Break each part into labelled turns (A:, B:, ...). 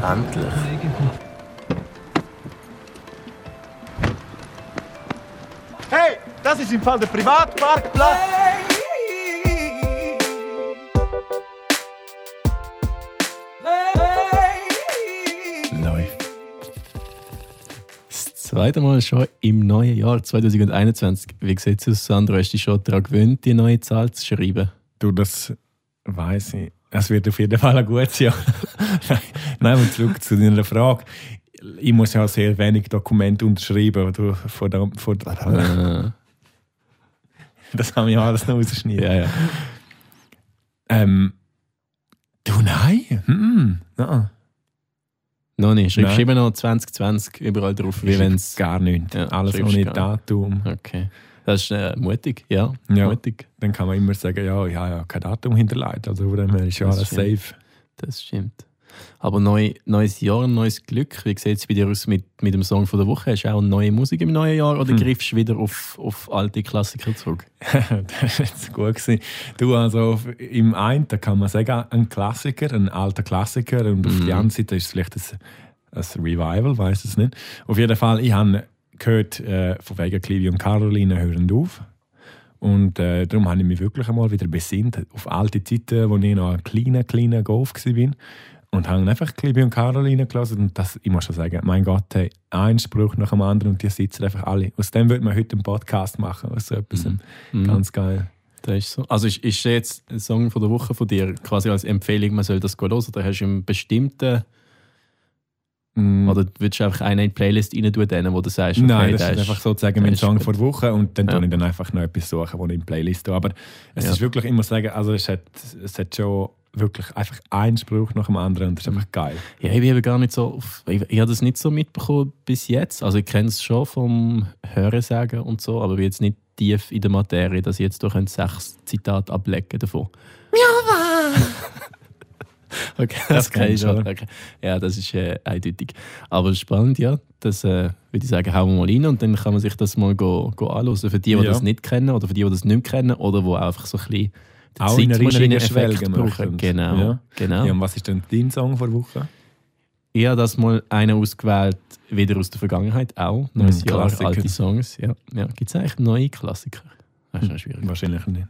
A: Endlich.
B: Hey, das ist im Fall der Privatparkplatz.
A: Läuft. Das zweite Mal schon im neuen Jahr 2021. Wie sieht es aus, Sandro? Hast du dich schon daran gewöhnt, die neue Zahl zu schreiben?
C: Du, das weiß ich. Es wird auf jeden Fall ein gutes Jahr. Nein, und zurück zu deiner Frage. Ich muss ja sehr wenig Dokumente unterschreiben. wo Du, vor der, vor
A: Äh,
C: der, das haben wir ja alles noch rausgeschnitten.
A: ja, ja.
C: Ähm, du, nein. Mm, nein.
A: Noch nicht. Schreibst
C: Nein.
A: du immer noch 2020 überall drauf, wie
C: Ich
A: wenn es.
C: Gar nicht.
A: Ja,
C: alles
A: schreibst
C: ohne
A: gar-
C: Datum.
A: Okay. Das ist äh, mutig, ja.
C: Ja.
A: Mutig.
C: Dann kann man immer sagen, ja, ja, ja, kein Datum hinterlegt. Also von dem her ist ja
A: Das
C: alles
A: stimmt.
C: safe.
A: Das stimmt. Aber neu, neues Jahr, neues Glück. Wie sieht es bei dir aus mit, mit dem Song von der Woche? Hast du auch neue Musik im neuen Jahr
C: Hm.
A: oder griffst du wieder auf, auf alte Klassiker zurück?
C: das war jetzt gut. Gewesen. Du, also auf- im einen da kann man sagen, ein Klassiker, ein alter Klassiker. Und auf der anderen Seite ist es vielleicht ein, ein Revival, weiß es nicht. Auf jeden Fall, ich habe gehört, äh, von wegen Clivi und Caroline hören auf. Und äh, darum habe ich mich wirklich einmal wieder besinnt auf alte Zeiten, wo ich noch ein kleiner, kleiner Golf war. Und haben einfach Clibi und Caroline gelassen. Und das, ich muss schon sagen, mein Gott, hey, ein Spruch nach dem anderen und die sitzen einfach alle. Aus dem würde man heute einen Podcast machen, aus so etwas. Ganz geil.
A: Das ist so. Also ist, ist jetzt ein Song von der Woche von dir quasi als Empfehlung, man soll das hören? Oder hast du einen bestimmten,
C: Mm.
A: oder würdest du einfach einen in die Playlist rein tun, den, wo du sagst, okay,
C: Nein, das
A: der
C: ist einfach sozusagen
A: der
C: mein
A: ist
C: Song
A: gut.
C: vor Woche und dann
A: Ja.
C: tue ich dann einfach noch etwas suchen, was ich in die Playlist tue. Aber es
A: Ja.
C: ist wirklich, ich muss sagen, also es hat, es hat schon wirklich einfach einen Spruch nach dem anderen und das ist einfach geil.
A: Ja, ich bin eben gar nicht so. auf- Ich, ich habe das nicht so mitbekommen bis jetzt. Also ich kenne es schon vom Hörensagen und so, aber bin jetzt nicht tief in der Materie, dass ich jetzt doch ein sechs Zitat ablecken davon. Miawa! okay, das,
C: Das
A: kenne ich
C: kennst du,
A: schon.
C: oder?
A: Okay. Ja, das ist äh, eindeutig. Aber spannend, ja. Das äh, würde ich sagen, hauen wir mal rein und dann kann man sich das mal go, go anschauen. Für die, die
C: Ja.
A: das nicht kennen oder für die, die das nicht kennen oder die einfach so ein bisschen den
C: Auch in Erinnerungen
A: Zeitmaschinen-Effekt
C: schwelgen
A: brauchen.
C: möchten.
A: Genau,
C: Ja.
A: genau.
C: Ja. und was ist denn dein Song vor Woche?
A: Ich habe das mal einen ausgewählt, wieder aus der Vergangenheit, auch. Neues
C: Mm,
A: Jahr,
C: Klassiker.
A: alte Songs. Ja, ja. Gibt es eigentlich neue Klassiker? Das ist noch schwierig.
C: Wahrscheinlich nicht.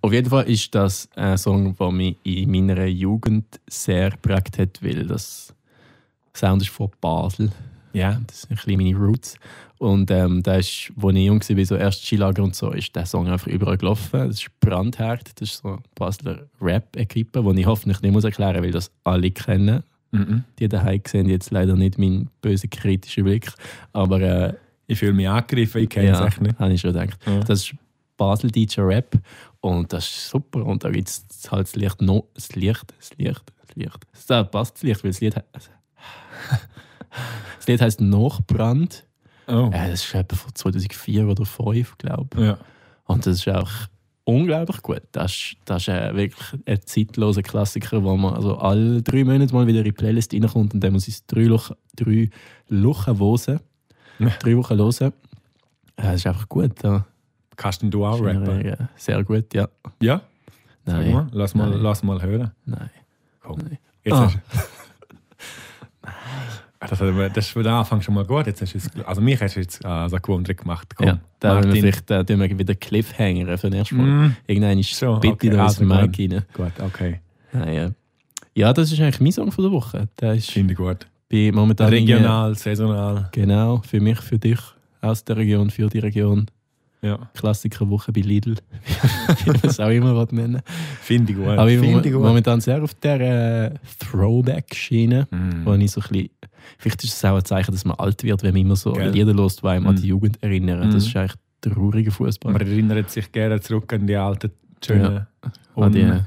A: Auf jeden Fall ist das ein Song, der mich in meiner Jugend sehr geprägt hat, weil das Sound ist von Basel.
C: Ja.
A: Das sind ein bisschen meine Roots. Und ähm, da ist, als ich jung war, so erst Skilager und so, ist der Song einfach überall gelaufen. Das ist brandhart. Das ist so eine Basler Rap-Equipe, die ich hoffentlich nicht muss erklären muss, weil das alle kennen
C: Mhm.
A: die daheim sehen jetzt leider nicht meinen bösen kritischen Blick, aber äh,
C: Ich fühle mich angegriffen, ich kenne es
A: ja,
C: echt nicht.
A: habe ich schon gedacht.
C: Ja.
A: Das ist Basel DJ Rap und das ist super und da gibt es halt das Licht noch, das Licht, das Licht, das Licht. Da passt das Licht, weil das Lied, he- das Lied heisst Nachbrand.
C: Oh.
A: Äh, das ist etwa von 2004 oder 2005, glaube ich.
C: Ja.
A: Und das ist auch unglaublich gut. Das ist, das ist äh, wirklich ein zeitloser Klassiker, wo man also alle drei Monate mal wieder in die Playlist reinkommt und dann muss ich es drei, Loch, drei Lochen hören. drei Wochen hören. Äh, Das ist einfach gut. Ja.
C: Kannst denn du auch rappen?
A: Ja, Sehr gut, eh, ja.
C: Ja? Sag
A: Nein,
C: Mal. Lass, mal,
A: Nein.
C: lass mal hören.
A: nein.
C: Komm.
A: Nein.
C: Jetzt
A: Ah.
C: hast- Ah, Das, hat, aber- das ist für den Anfang schon mal gut. Jetzt hast du es, also mich hast du jetzt also gewundert gemacht. Komm,
A: Ja, da haben wir
C: Martin.
A: vielleicht äh, tun wir wieder Cliffhanger für den ersten Mal.
C: Mm.
A: Irgendwann ist
C: So,
A: bitte
C: okay,
A: okay, noch
C: also
A: ins
C: gut.
A: Mic rein.
C: Gut, okay.
A: Nein, ja. ja, das ist eigentlich mein Song von der Woche. Der ist
C: Finde ich gut.
A: bei momentan irgendwie-
C: Regional, saisonal.
A: Genau, für mich, für dich, aus der Region, für die Region.
C: Ja.
A: Klassikerwoche bei Lidl, wie man es auch immer was nennen
C: Finde ich gut.
A: Aber ich bin
C: Finde ich
A: mom-
C: gut.
A: momentan sehr auf der äh, Throwback-Schiene,
C: Mm.
A: wo ich so ein bisschen, vielleicht ist es auch ein Zeichen, dass man alt wird, wenn man immer so
C: Gell.
A: Lieder hört, die einem an die
C: Mm.
A: Jugend erinnern. Das
C: Mm.
A: ist eigentlich trauriger Fußball.
C: Man erinnert sich gerne zurück an die alten, schönen
A: An
C: und,
A: die äh,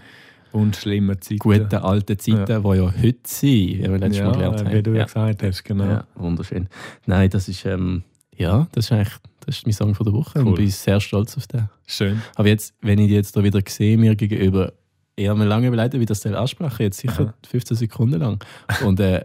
C: und schlimmen Zeiten.
A: guten alten Zeiten,
C: Ja.
A: die ja heute sind, wie wir letztes Mal gelernt
C: ja,
A: haben.
C: wie du ja
A: ja.
C: gesagt hast, genau.
A: Ja, wunderschön. Nein, das ist, ähm, ja, das ist eigentlich das ist mein Song von der Woche und
C: Cool.
A: bin sehr stolz auf den.
C: Schön.
A: Aber jetzt, wenn ich die jetzt da wieder sehe, mir gegenüber, ich habe mir lange überlegt, wie ich das Teil anspreche, jetzt sicher
C: Aha.
A: 15 Sekunden lang. Und äh,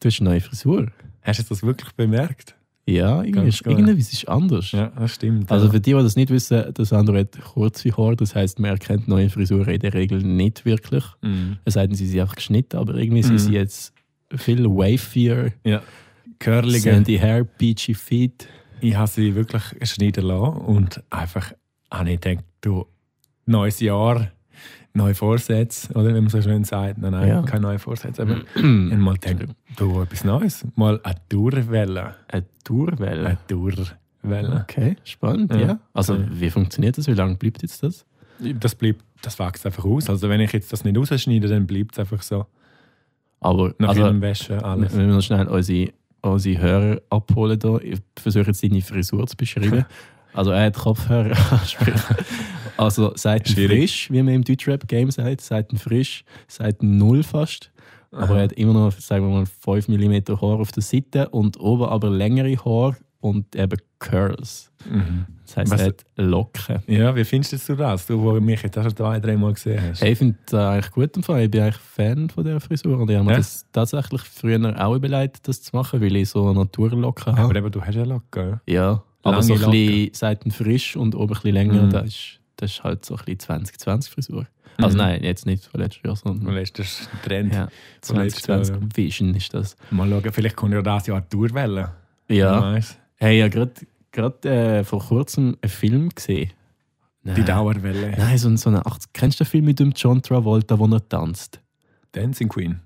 A: du hast eine neue Frisur.
C: Hast du das wirklich bemerkt?
A: Ja, irgendwie
C: Ganz
A: ist,
C: geil.
A: irgendwie ist es anders.
C: Ja, das stimmt.
A: Also
C: ja.
A: für die, die das nicht wissen, der Sandro hat kurze Haare, das heißt, man erkennt neue Frisuren in der Regel nicht wirklich.
C: Mhm.
A: Es sei denn, sie sind einfach geschnitten, aber irgendwie sind
C: Mhm.
A: sie jetzt viel wavier,
C: Ja. Curligen.
A: sandy hair, peachy feet.
C: Ich habe sie wirklich schneiden lassen und einfach habe ich gedacht, du, neues Jahr, neue Vorsätze, oder wie man so schön sagt. Nein, nein,
A: Ja. Mhm.
C: keine neuen Vorsätze, aber ich
A: Hm,
C: habe mal gedacht, du, etwas Neues. Mal eine Durwelle.
A: Eine Tourwelle.
C: Eine Durwelle.
A: Okay, spannend, ja.
C: Ja.
A: Also,
C: Ja.
A: wie funktioniert das? Wie lange bleibt jetzt das?
C: Das bleibt, das wächst einfach aus. Also wenn ich jetzt das nicht rausschneide, dann bleibt es einfach so.
A: Aber,
C: Nach
A: also,
C: jedem Wäsche alles.
A: Wenn wir noch schnell unsere, unsere Hörer abholen hier. Ich versuche jetzt seine Frisur zu beschreiben. Also er hat Kopfhörer an, sprich- Also seiten
C: Schwierig.
A: frisch, wie man im Deutschrap-Game sagt. Seiten frisch, seiten null fast. Aber er hat immer noch, sagen wir mal, 5 mm Haar auf der Seite und oben aber längere Haar und eben Curls.
C: Mhm.
A: Das heisst,
C: Was-
A: er hat Locken.
C: Ja, wie findest du das? Du, wo mich jetzt auch schon zwei, dreimal gesehen hast.
A: Hey, ich finde das eigentlich gut im Fall. Ich bin eigentlich Fan von dieser Frisur. Und ich habe mir
C: Ja?
A: das tatsächlich früher auch überlegt, das zu machen, weil ich so eine Naturlocke habe.
C: Aber eben, du hast ja Locken.
A: Ja, aber so ein
C: Lange
A: bisschen seitenfrisch und oben ein bisschen länger,
C: Mhm.
A: das, ist, das ist halt so ein bisschen 2020 Frisur. Also
C: Mhm.
A: nein, jetzt nicht von letztes Jahr,
C: Und
A: sondern
C: letztes Trend.
A: ja,
C: von letztes Jahr,
A: 2020 Vision ist das.
C: Mal schauen, vielleicht kommt ja das Jahr die Durwelle. Wer
A: Ja,
C: weiss.
A: hey, ja gerade gerade äh, vor kurzem einen Film gesehen. Nein.
C: Die Dauerwelle.
A: Nein, so, ein- so eine 80 Kennst du den Film mit dem John Travolta, wo er tanzt?
C: Dancing Queen.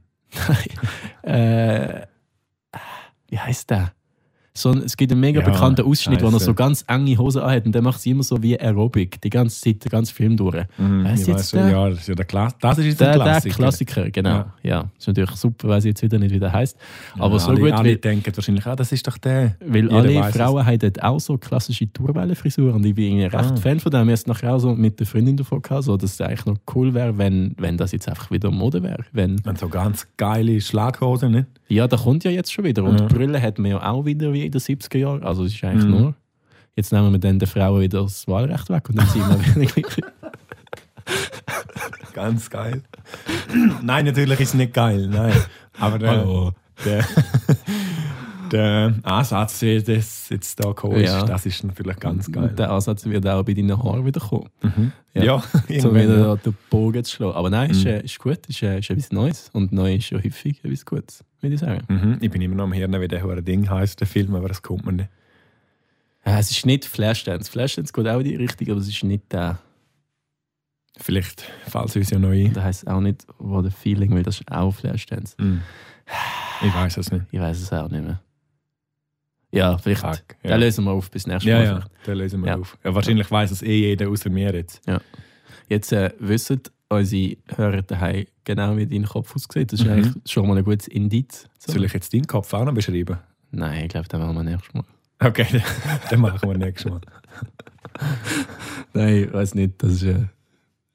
A: äh, wie heißt der? So ein, es gibt einen mega
C: Ja,
A: bekannten Ausschnitt, wo er
C: scheisse.
A: so ganz enge Hosen anhat und der macht es immer so wie Aerobic, die ganze Zeit, den ganzen Film durch. Weiss
C: Mhm, ich
A: jetzt
C: weiss schon,
A: der?
C: ja, das ist ja der Klass das ist jetzt
A: Der
C: ein
A: Klassiker,
C: Klassiker.
A: der Klassiker genau. Ja.
C: Ja.
A: ist natürlich super, weiß ich jetzt wieder nicht, wie der heißt. Aber
C: ja,
A: so
C: alle,
A: gut,
C: alle
A: weil,
C: denken wahrscheinlich, ah, das ist doch der.
A: weil
C: Jeder
A: alle
C: weiss es.
A: Frauen haben dort auch so klassische Tourwellenfrisuren und ich bin irgendwie recht
C: Ah.
A: Fan von dem. Ich habe nachher auch so mit der Freundin davon gehabt, so, dass es eigentlich noch cool wäre, wenn, wenn das jetzt einfach wieder Mode wäre. Wenn,
C: Und so ganz geile Schlaghosen, ne?
A: ja, da kommt ja jetzt schon wieder. Und
C: Ja.
A: Brille hat man ja auch wieder wie in den 70er Jahren. Also es ist eigentlich
C: Mhm.
A: nur... Jetzt nehmen wir dann den Frauen wieder das Wahlrecht weg und dann sind wir weniger...
C: Ganz geil. nein, natürlich ist es nicht geil, nein. Aber der, der, der Ansatz, wie das jetzt da gekommen ist,
A: Ja.
C: das ist natürlich ganz geil.
A: Der Ansatz wird auch bei deinen Haaren wieder kommen. Ja.
C: ja,
A: So
C: irgendwann,
A: wieder
C: ja.
A: da den Bogen zu schlagen. Aber nein, ist, äh, ist gut, ist, äh, ist etwas Neues. Und neu ist ja häufig etwas Gutes, würde ich sagen.
C: Mhm. Ich bin immer noch am Hirn, wie der hure Ding heißt, der Film, aber das kommt mir nicht.
A: Äh, Es ist nicht Flashdance. Flashdance geht auch in die Richtung, aber es ist nicht der.
C: Vielleicht falls uns ja noch ein.
A: Da heisst es auch nicht, wo der Feeling, weil das ist auch Flashdance.
C: Mhm. Ich weiß es nicht.
A: Ich weiß es auch nicht mehr. Ja, vielleicht.
C: Fuck,
A: Dann
C: ja.
A: lösen wir auf bis nächstes
C: Ja,
A: Mal.
C: ja, dann lösen wir
A: Ja.
C: auf. Ja, wahrscheinlich weiß es eh jeder außer mir jetzt.
A: Jetzt äh, wissen unsere Hörer daheim genau, wie dein Kopf aussieht. Das ist
C: Mhm.
A: eigentlich schon mal ein gutes Indiz. So.
C: Soll ich jetzt deinen Kopf auch noch beschreiben?
A: Nein, ich glaube, das machen wir nächstes Mal.
C: Okay, dann- dann machen wir nächstes Mal.
A: Nein, ich weiß nicht, das ist. Äh,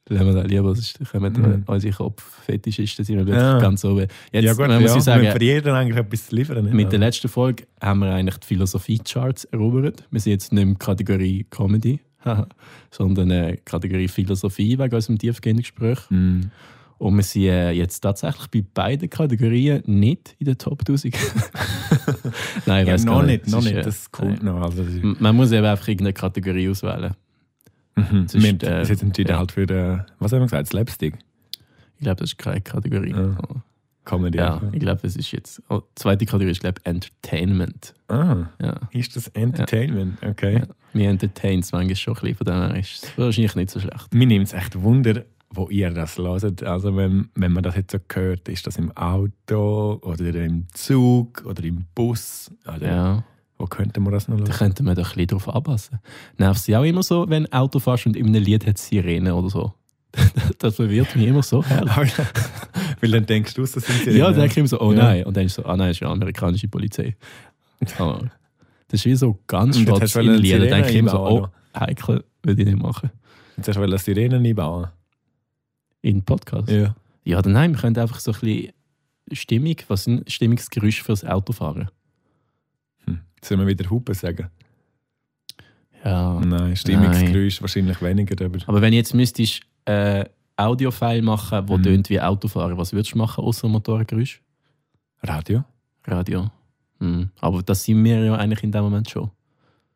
A: lassen wir das lieber, sonst kommen
C: Mhm.
A: äh, unsere Kopffetischisten sind wir plötzlich
C: Ja.
A: ganz oben. Jetzt
C: ja, gut,
A: man muss
C: ja,
A: ich
C: wir haben
A: sagen,
C: für jeden eigentlich etwas zu liefern. nicht?
A: mit der letzten Folge haben wir eigentlich die Philosophie-Charts erobert. Wir sind jetzt nicht in der Kategorie Comedy, haha, sondern in der Kategorie Philosophie wegen unserem tiefgehenden Gespräch.
C: Mhm.
A: Und wir sind äh, jetzt tatsächlich bei beiden Kategorien nicht in der Top 1000. Nein, ich
C: ja,
A: weiss
C: noch
A: gar
C: nicht,
A: Es
C: noch
A: ist, Mhm,
C: nicht,
A: äh,
C: das kommt noch. Also, das ist,
A: M- Man muss eben einfach irgendeine Kategorie auswählen.
C: mhm.
A: ist,
C: Wir haben
A: äh,
C: uns jetzt entschieden
A: ja.
C: halt für, äh, was haben wir gesagt, Slapstick?
A: Ich glaube, das ist keine Kategorie.
C: Ja. Comedy.
A: Ja,
C: einfach.
A: ich glaube, es ist jetzt. Oh, zweite Kategorie ist, glaube Entertainment.
C: Ah,
A: Ja.
C: ist das Entertainment? Okay.
A: Wir entertainen es manchmal schon ein bisschen, von dem her ist es wahrscheinlich nicht so schlecht.
C: Mir nimmt es echt Wunder, wo ihr das hört. Also wenn, wenn man das jetzt so hört, ist das im Auto oder im Zug oder im Bus? Oder
A: Ja.
C: Wo könnte man das noch
A: Da
C: hören?
A: könnten wir doch ein bisschen drauf anpassen. Nervt sie auch immer so, wenn Auto fährst und in einem Lied hat Sirene oder so. das verwirrt mich immer so herrlich.
C: Weil dann denkst du, das sind sie.
A: Ja, dann denke ich immer so, oh
C: Ja.
A: nein. Und dann ist so, ah nein, ist ja amerikanische Polizei. Oh. Das ist wie so ganz
C: Und dort
A: schwarz
C: hast du
A: in
C: wollen
A: Lieder. Dann
C: Sirene
A: denke ich immer so, oh,
C: einbauen,
A: heikel, würde ich nicht machen.
C: Jetzt hast du eine Sirene einbauen.
A: In den Podcast. Ja, dann nein, wir können einfach so ein bisschen Stimmung, was sind Stimmungsgeräusche fürs Autofahren?
C: Hm. Sollen wir wieder Hupen sagen?
A: Ja.
C: Nein, Stimmungsgeräusch wahrscheinlich weniger. Aber
A: Aber wenn jetzt müsstest äh, Audiofile machen, wo
C: Mhm.
A: tönt wie Autofahren, was würdest du machen, außer Motorgeräusch?
C: Radio,
A: Radio. Mhm. Aber das sind wir ja eigentlich in dem Moment schon.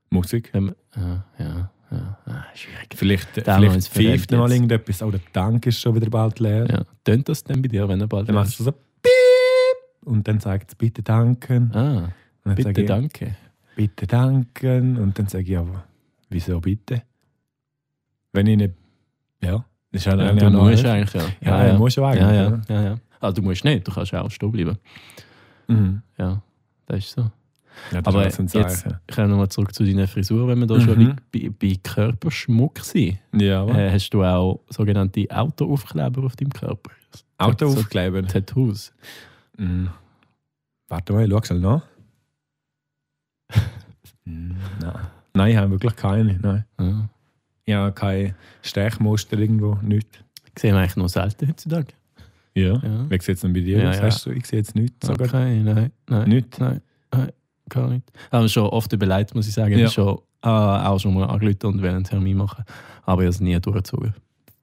C: Musik.
A: Wenn wir, ja, ja, ja. Ah, schwierig.
C: Vielleicht,
A: Da haben wir
C: vielleicht
A: uns verrennt
C: pfeift noch mal
A: jetzt.
C: irgendetwas. Oh, der Tank ist schon wieder bald leer.
A: Ja. Tönt das denn bei dir, wenn er bald
C: Dann machst du so. und dann sagt es bitte danken.
A: Ah,
C: Und dann sage
A: bitte
C: ich,
A: danke.
C: bitte danken. Und dann sage ich aber, wieso bitte? Wenn ich nicht. Ja, das ist ja
A: Ja,
C: eine
A: du
C: andere-
A: musst eigentlich, ja.
C: Ja, ja, musst du eigentlich,
A: Ja, ja,
C: ja.
A: ja, ja. Also du musst nicht, du kannst auch stehen bleiben.
C: Mhm.
A: Ja, das ist so.
C: Ja, das
A: Aber
C: ist ein
A: jetzt
C: Zeichen.
A: kommen wir mal zurück zu deiner Frisur, wenn wir da schon
C: Mhm.
A: bei, bei, bei Körperschmuck sind.
C: Ja, aber.
A: Äh, hast du auch sogenannte Autoaufkleber auf deinem Körper?
C: Auto
A: so-
C: aufkleben.
A: Tattoos.
C: Mhm. Warte mal, ich schau schnell nach. Mhm, Nein. Nein, ich habe wirklich keine. Nein.
A: Ja.
C: Ich habe keine Stechmuster irgendwo, nichts.
A: Sehen wir eigentlich noch selten heutzutage.
C: Ja.
A: Ja.
C: Wie sieht es denn bei dir
A: Ja,
C: aus?
A: ja.
C: Hast du, ich sehe jetzt nichts. Sogar
A: Okay, nein, nein.
C: nichts.
A: Nein, nein, gar nicht. Haben wir schon oft überlegt, muss ich sagen. Ich
C: Ja.
A: habe schon äh, auch schon mal angelötet und wollte einen Termin machen. Aber ich habe es nie durchgezogen.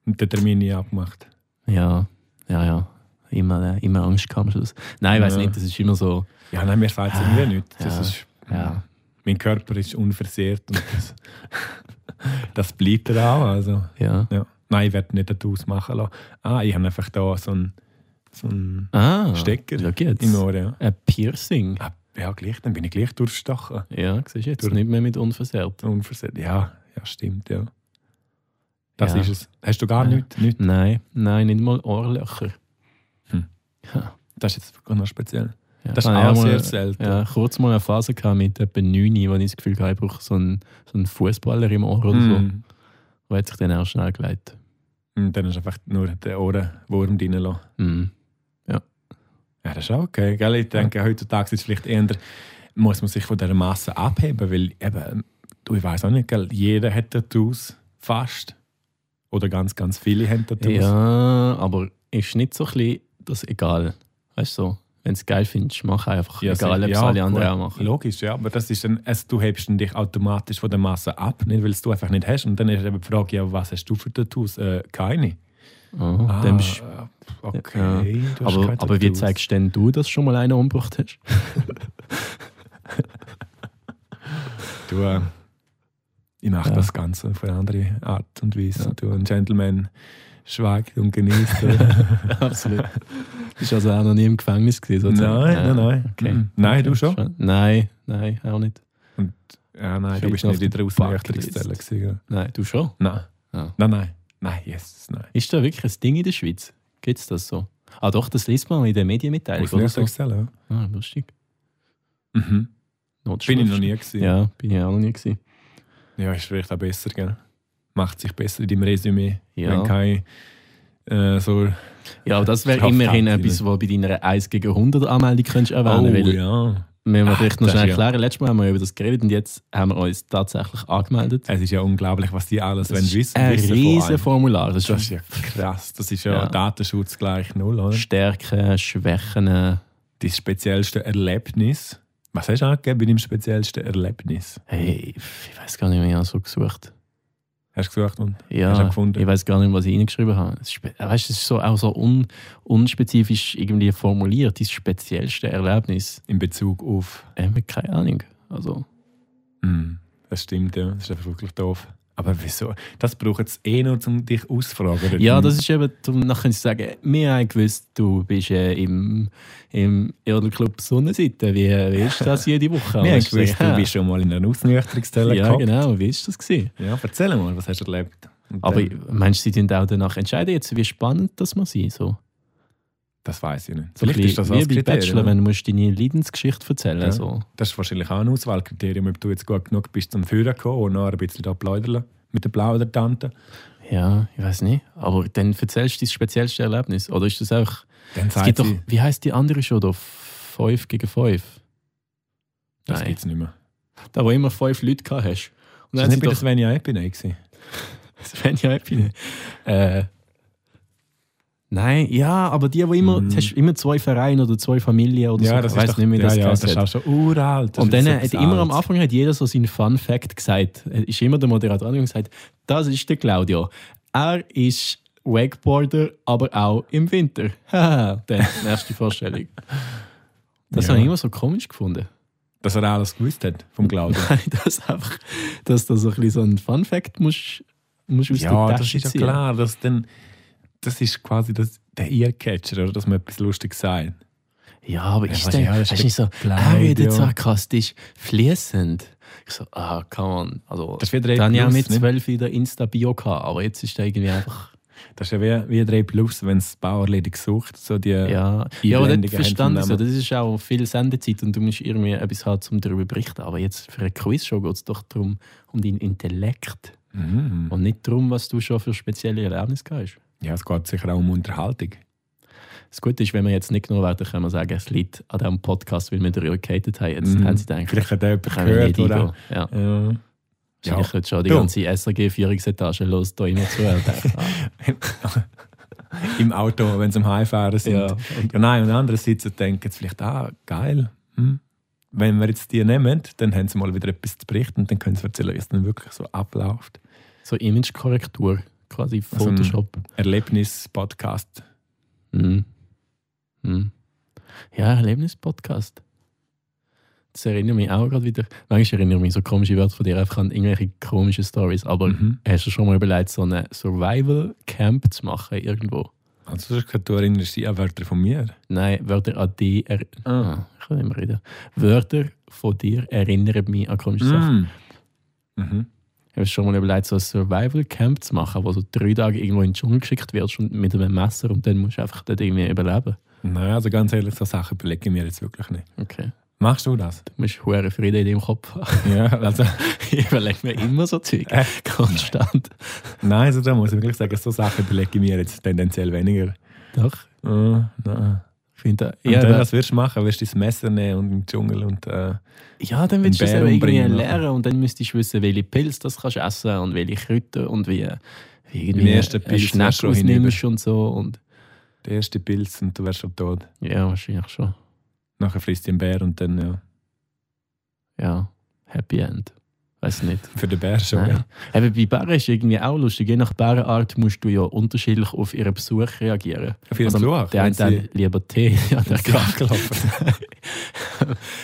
C: Und den Termin nie abgemacht.
A: Ja, ja, ja. Immer, äh, immer Angst kam am Schluss. Nein, ich weiß
C: Ja.
A: nicht, das ist immer so.
C: Ja, nein, mir sagt es irgendwie nichts. Das
A: Ah, Ja.
C: ist,
A: Ja.
C: Mein Körper ist unversehrt und das, das bleibt er auch. Also,
A: Ja.
C: ja. Nein, ich werde nicht Tattoos machen lassen. Ah, ich habe einfach da so einen, so einen
A: Ah,
C: Stecker
A: schau jetzt.
C: im Ohr. Ja.
A: Ein Piercing.
C: Ah, ja, gleich, dann bin ich gleich durchgestochen.
A: Ja, siehst du jetzt.
C: Durch-
A: Nicht mehr mit unversehrt.
C: Unversehrt. Ja, ja, stimmt, ja. Das
A: Ja.
C: ist es. Hast du gar
A: Ja.
C: nichts? nichts?
A: Nein, nein, nicht mal Ohrlöcher.
C: Hm.
A: Ja,
C: Das ist jetzt wirklich noch speziell.
A: ja.
C: Das ist
A: Habe ich
C: auch
A: mal-
C: sehr selten.
A: Ja, kurz mal eine Phase gehabt mit etwa 9, wo ich das Gefühl hatte, ich brauche so einen, so einen Fußballer im Ohr oder so.
C: Mhm.
A: Wo hat sich dann auch schnell geleitet.
C: Und dann ist einfach nur der Ohrenwurm drin lassen.
A: Mhm.
C: Ja, das ist auch okay. Gell? Ich denke, heutzutage ist es vielleicht eher, muss man sich von dieser Masse abheben, weil eben, du, ich weiß auch nicht, gell? jeder hat Tattoos, fast. Oder ganz, ganz viele haben Tattoos.
A: Ja, aber ist nicht so ein bisschen das egal. Weißt du, so, wenn du es geil findest, mach einfach.
C: Ja,
A: egal,
C: sicher.
A: ob es
C: Ja,
A: alle anderen
C: gut.
A: auch machen.
C: Logisch, ja, aber das ist dann, also du hebst dann dich automatisch von der Masse ab, nicht, weil es du einfach nicht hast. Und dann ist eben die Frage, ja, was hast du für Tattoos? Äh, keine.
A: Oh, dann bist,
C: Ah, okay. du hast
A: aber,
C: keine
A: aber wie
C: Tattoos.
A: zeigst denn du, dass schon mal einer umgebracht hast?
C: Du, äh, ich mache das Ganze auf eine andere Art und Weise. Du, ein Gentleman schweigt und genießt. oder?
A: Absolut. Bist also auch noch nie im Gefängnis gewesen? sozusagen?
C: nein, nein, nein.
A: okay.
C: Mm. Nein, du schon?
A: Nein, nein, auch nicht.
C: Und, ja, nein,
A: Vielleicht
C: du bist
A: noch auf
C: nicht in der
A: der
C: Außennächterungszelle.
A: Bucketlist.
C: gewesen, ja.
A: Nein, du schon.
C: Nein.
A: Ah.
C: Nein, nein. Nein, yes, nein.
A: Ist da wirklich ein Ding in der Schweiz? Gibt es das so? Ah doch, das liest man in der Medienmitteilung oder so.
C: Außennächterungszelle,
A: Ah, lustig.
C: ja. Mhm. Bin ich noch nie gewesen.
A: Ja, bin ich auch noch nie gewesen.
C: Ja, ist vielleicht auch besser, gell? Macht sich besser in deinem Resümee,
A: Ja.
C: wenn kein äh, so...
A: Ja, aber das wäre
C: Schafft
A: immerhin
C: halt
A: etwas, was bei deiner 1 gegen 100 Anmeldung könntest
C: Oh,
A: erwähnen weil
C: ja.
A: Wir müssen
C: Ach,
A: vielleicht noch
C: das
A: schnell
C: ist ja-
A: erklären. Letztes Mal haben wir über das geredet und jetzt haben wir uns tatsächlich angemeldet.
C: Es ist ja unglaublich, was die alles wollen Äh, wissen
A: ein
C: wissen. von
A: riesen
C: einem.
A: Formular. Das
C: Das ist
A: ist
C: ja krass. Das ist ja,
A: Ja.
C: Datenschutz gleich null, oder?
A: Stärken, Schwächen.
C: Das speziellste Erlebnis. Was hast du angegeben bei deinem speziellsten Erlebnis?
A: Hey, ich weiß gar nicht mehr, ich habe so gesucht.
C: Hast du gesucht und
A: Ja,
C: Hast du auch gefunden?
A: ich weiß gar nicht, was ich reingeschrieben habe. Es ist spe- äh, Weißt du, es ist so, auch so un, unspezifisch irgendwie formuliert, dein speziellste Erlebnis.
C: in Bezug auf.
A: Ähm, keine Ahnung. Also,
C: Hm, das stimmt, ja. Das ist einfach wirklich doof. Aber wieso? Das braucht es eh nur, um dich auszufragen.
A: ja, das ist eben, darum dann kannst du sagen, wir haben gewusst, du bist äh, im, im Erdclub Sonnenseite. Wie, wie ist das jede Woche?
C: Wir haben
A: Kannst
C: gewusst,
A: sagen,
C: du bist schon mal in einer Ausnüchterungszelle
A: Ja,
C: gehockt.
A: genau, wie ist das gewesen?
C: Ja, erzähl mal, was hast du erlebt? Und
A: Aber
C: dann,
A: meinst du, sie tun auch danach entscheiden, jetzt, wie spannend das muss sein? So.
C: das weiß ich nicht.
A: So
C: Vielleicht
A: ein
C: ist das
A: bisschen
C: auch das
A: wie bei Bachelor,
C: Kriterium.
A: wenn du musst deine Leidensgeschichte erzählen
C: Ja.
A: musst. So.
C: Das ist wahrscheinlich auch ein Auswahlkriterium, ob du jetzt gut genug bist zum Führen zu kommen und noch ein bisschen da plaudern mit der Plaudertante.
A: Ja, ich weiß nicht. Aber dann erzählst du dein speziellste Erlebnis. Oder ist das auch.
C: Dann
A: Es
C: sagt
A: gibt doch,
C: sie,
A: wie heißt die andere schon da? 5 gegen 5.
C: das
A: Nein.
C: gibt es nicht mehr.
A: Da, wo immer fünf Leute gehabt hast. Und dann
C: Das ist
A: sind
C: nicht bei der
A: doch.
C: Svenja Epinay gewesen.
A: Svenja Epine. Äh. Nein, ja, aber die, wo immer.
C: Mhm.
A: Du hast immer zwei Vereine oder zwei Familien oder so.
C: das
A: ich weiß nicht mehr,
C: ja,
A: das
C: ja, das
A: geheißen
C: ist
A: hat.
C: auch schon uralt. Das
A: und
C: ist
A: dann
C: so
A: hat
C: etwas
A: immer am
C: Altes.
A: Anfang hat jeder so seinen Fun Fact gesagt. Es Ist immer der Moderator angegangen und gesagt, das ist der Claudio. Er ist Wakeboarder, aber auch im Winter. Haha, dann erste Vorstellung. Das
C: Ja.
A: habe ich immer so komisch gefunden.
C: Dass er alles gewusst hat vom Glauben.
A: dass einfach, dass da so ein bisschen so ein Fun Fact musst, musst aus
C: ja,
A: der
C: das
A: Tasche
C: ist ja
A: ziehen.
C: klar. Dass dann, das ist quasi das, der Earcatcher, oder? dass man etwas Lustiges sagt.
A: ja, aber
C: Ja,
A: ist
C: weiß
A: denn,
C: ich auch,
A: hast
C: das ist
A: du nicht so,
C: Kleid,
A: er redet
C: ja.
A: sarkastisch, fließend. Ich so, ah, come on. Also,
C: Das ist wieder
A: dann ja
C: Plus,
A: mit
C: ne?
A: 12 in der Insta-Bio gehabt, aber jetzt ist er irgendwie einfach,
C: Das ist ja wie, wie 3 Plus, wenn es Bauerledig sucht. So die
A: ja. Ja, aber
C: Einblendungen
A: das verstand ich
C: haben
A: so.
C: vom Namen.
A: Das ist auch viel Sendezeit und du musst irgendwie etwas haben, um darüber zu berichten. Aber jetzt für eine Quizshow geht es doch darum, um deinen Intellekt
C: Mhm.
A: und nicht darum, was du schon für spezielle Erlebnisse gehabt hast.
C: Ja, es geht sicher auch um Unterhaltung.
A: Das Gute ist, wenn wir jetzt nicht genommen werden, können wir sagen, es liegt an diesem Podcast, weil wir darüber gehatet haben. Jetzt
C: Mhm.
A: haben sie gedacht,
C: Vielleicht hat jemand
A: können wir
C: gehört,
A: nicht
C: oder?
A: eingehen. Ja.
C: Ja.
A: Ja. Ich schon die
C: Du.
A: ganze SRG-Führungsetage los, da immer zu
C: Im Auto, wenn sie am Heimfahren sind. Ja. nein, und andererseits denken sie vielleicht, ah, geil. Hm. Wenn wir jetzt die nehmen, dann haben sie mal wieder etwas zu berichten und dann können sie erzählen, wie es dann wirklich so abläuft.
A: So Imagekorrektur, quasi
C: Also,
A: Photoshop.
C: Erlebnis-Podcast.
A: Mhm. Mhm. Ja, Erlebnis-Podcast. Das erinnert mich auch gerade wieder. Manchmal erinnere ich mich so komische Wörter von dir einfach an irgendwelche komischen Stories. Aber
C: Mhm.
A: hast du schon mal überlegt, so ein Survival-Camp zu machen irgendwo?
C: Also, du hast gesagt, du erinnerst dich an Wörter von mir.
A: Nein, Wörter an dich erinnern. Ah, ich kann nicht mehr reden. Wörter von dir erinnern mich an komische Sachen.
C: Mhm. Mhm.
A: Ich habe schon mal überlegt, so ein Survival-Camp zu machen, wo so drei Tage irgendwo in den Dschungel geschickt wirst und mit einem Messer und dann musst du einfach dort irgendwie überleben.
C: Nein, also ganz ehrlich, so Sachen überlege ich mir jetzt wirklich nicht.
A: Okay.
C: Machst du das?
A: Du musst hohe Frieden in deinem Kopf haben.
C: Ja, also,
A: ich überlege mir immer so Zeug.
C: Äh.
A: Konstant.
C: nein, also da muss ich wirklich sagen, so Sachen überlege ich mir jetzt tendenziell weniger.
A: Doch.
C: Äh, nein.
A: Ich finde,
C: Und
A: Mhm. ja,
C: dann,
A: dann,
C: was wirst du machen? Wirst du das Messer nehmen und in den Dschungel und äh,
A: ja, dann willst du es
C: einen
A: eben
C: Bär
A: irgendwie
C: umbringen,
A: lernen und dann müsstest du wissen, welche Pilze das kannst du essen und welche Kräuter und wie, wie
C: Beim
A: irgendwie
C: ersten
A: einen
C: Pilz wärst
A: Schnack
C: du schon hinüber.
A: ausnimmst und so. Und,
C: der erste Pilz und du wärst schon tot.
A: ja, wahrscheinlich schon.
C: Nachher frisst du den Bär und dann, ja,
A: Ja, Happy End. Weiß nicht.
C: für den Bär schon.
A: Nein.
C: Ja.
A: Eben bei Bären ist irgendwie auch lustig. Je nach Bärenart musst du ja unterschiedlich auf ihren Besuch reagieren.
C: Auf ihren
A: Also,
C: Besuch,
A: Der
C: wenn
A: eine
C: sie-
A: dann lieber Tee, ja, der
C: Wenn sie abgelaufen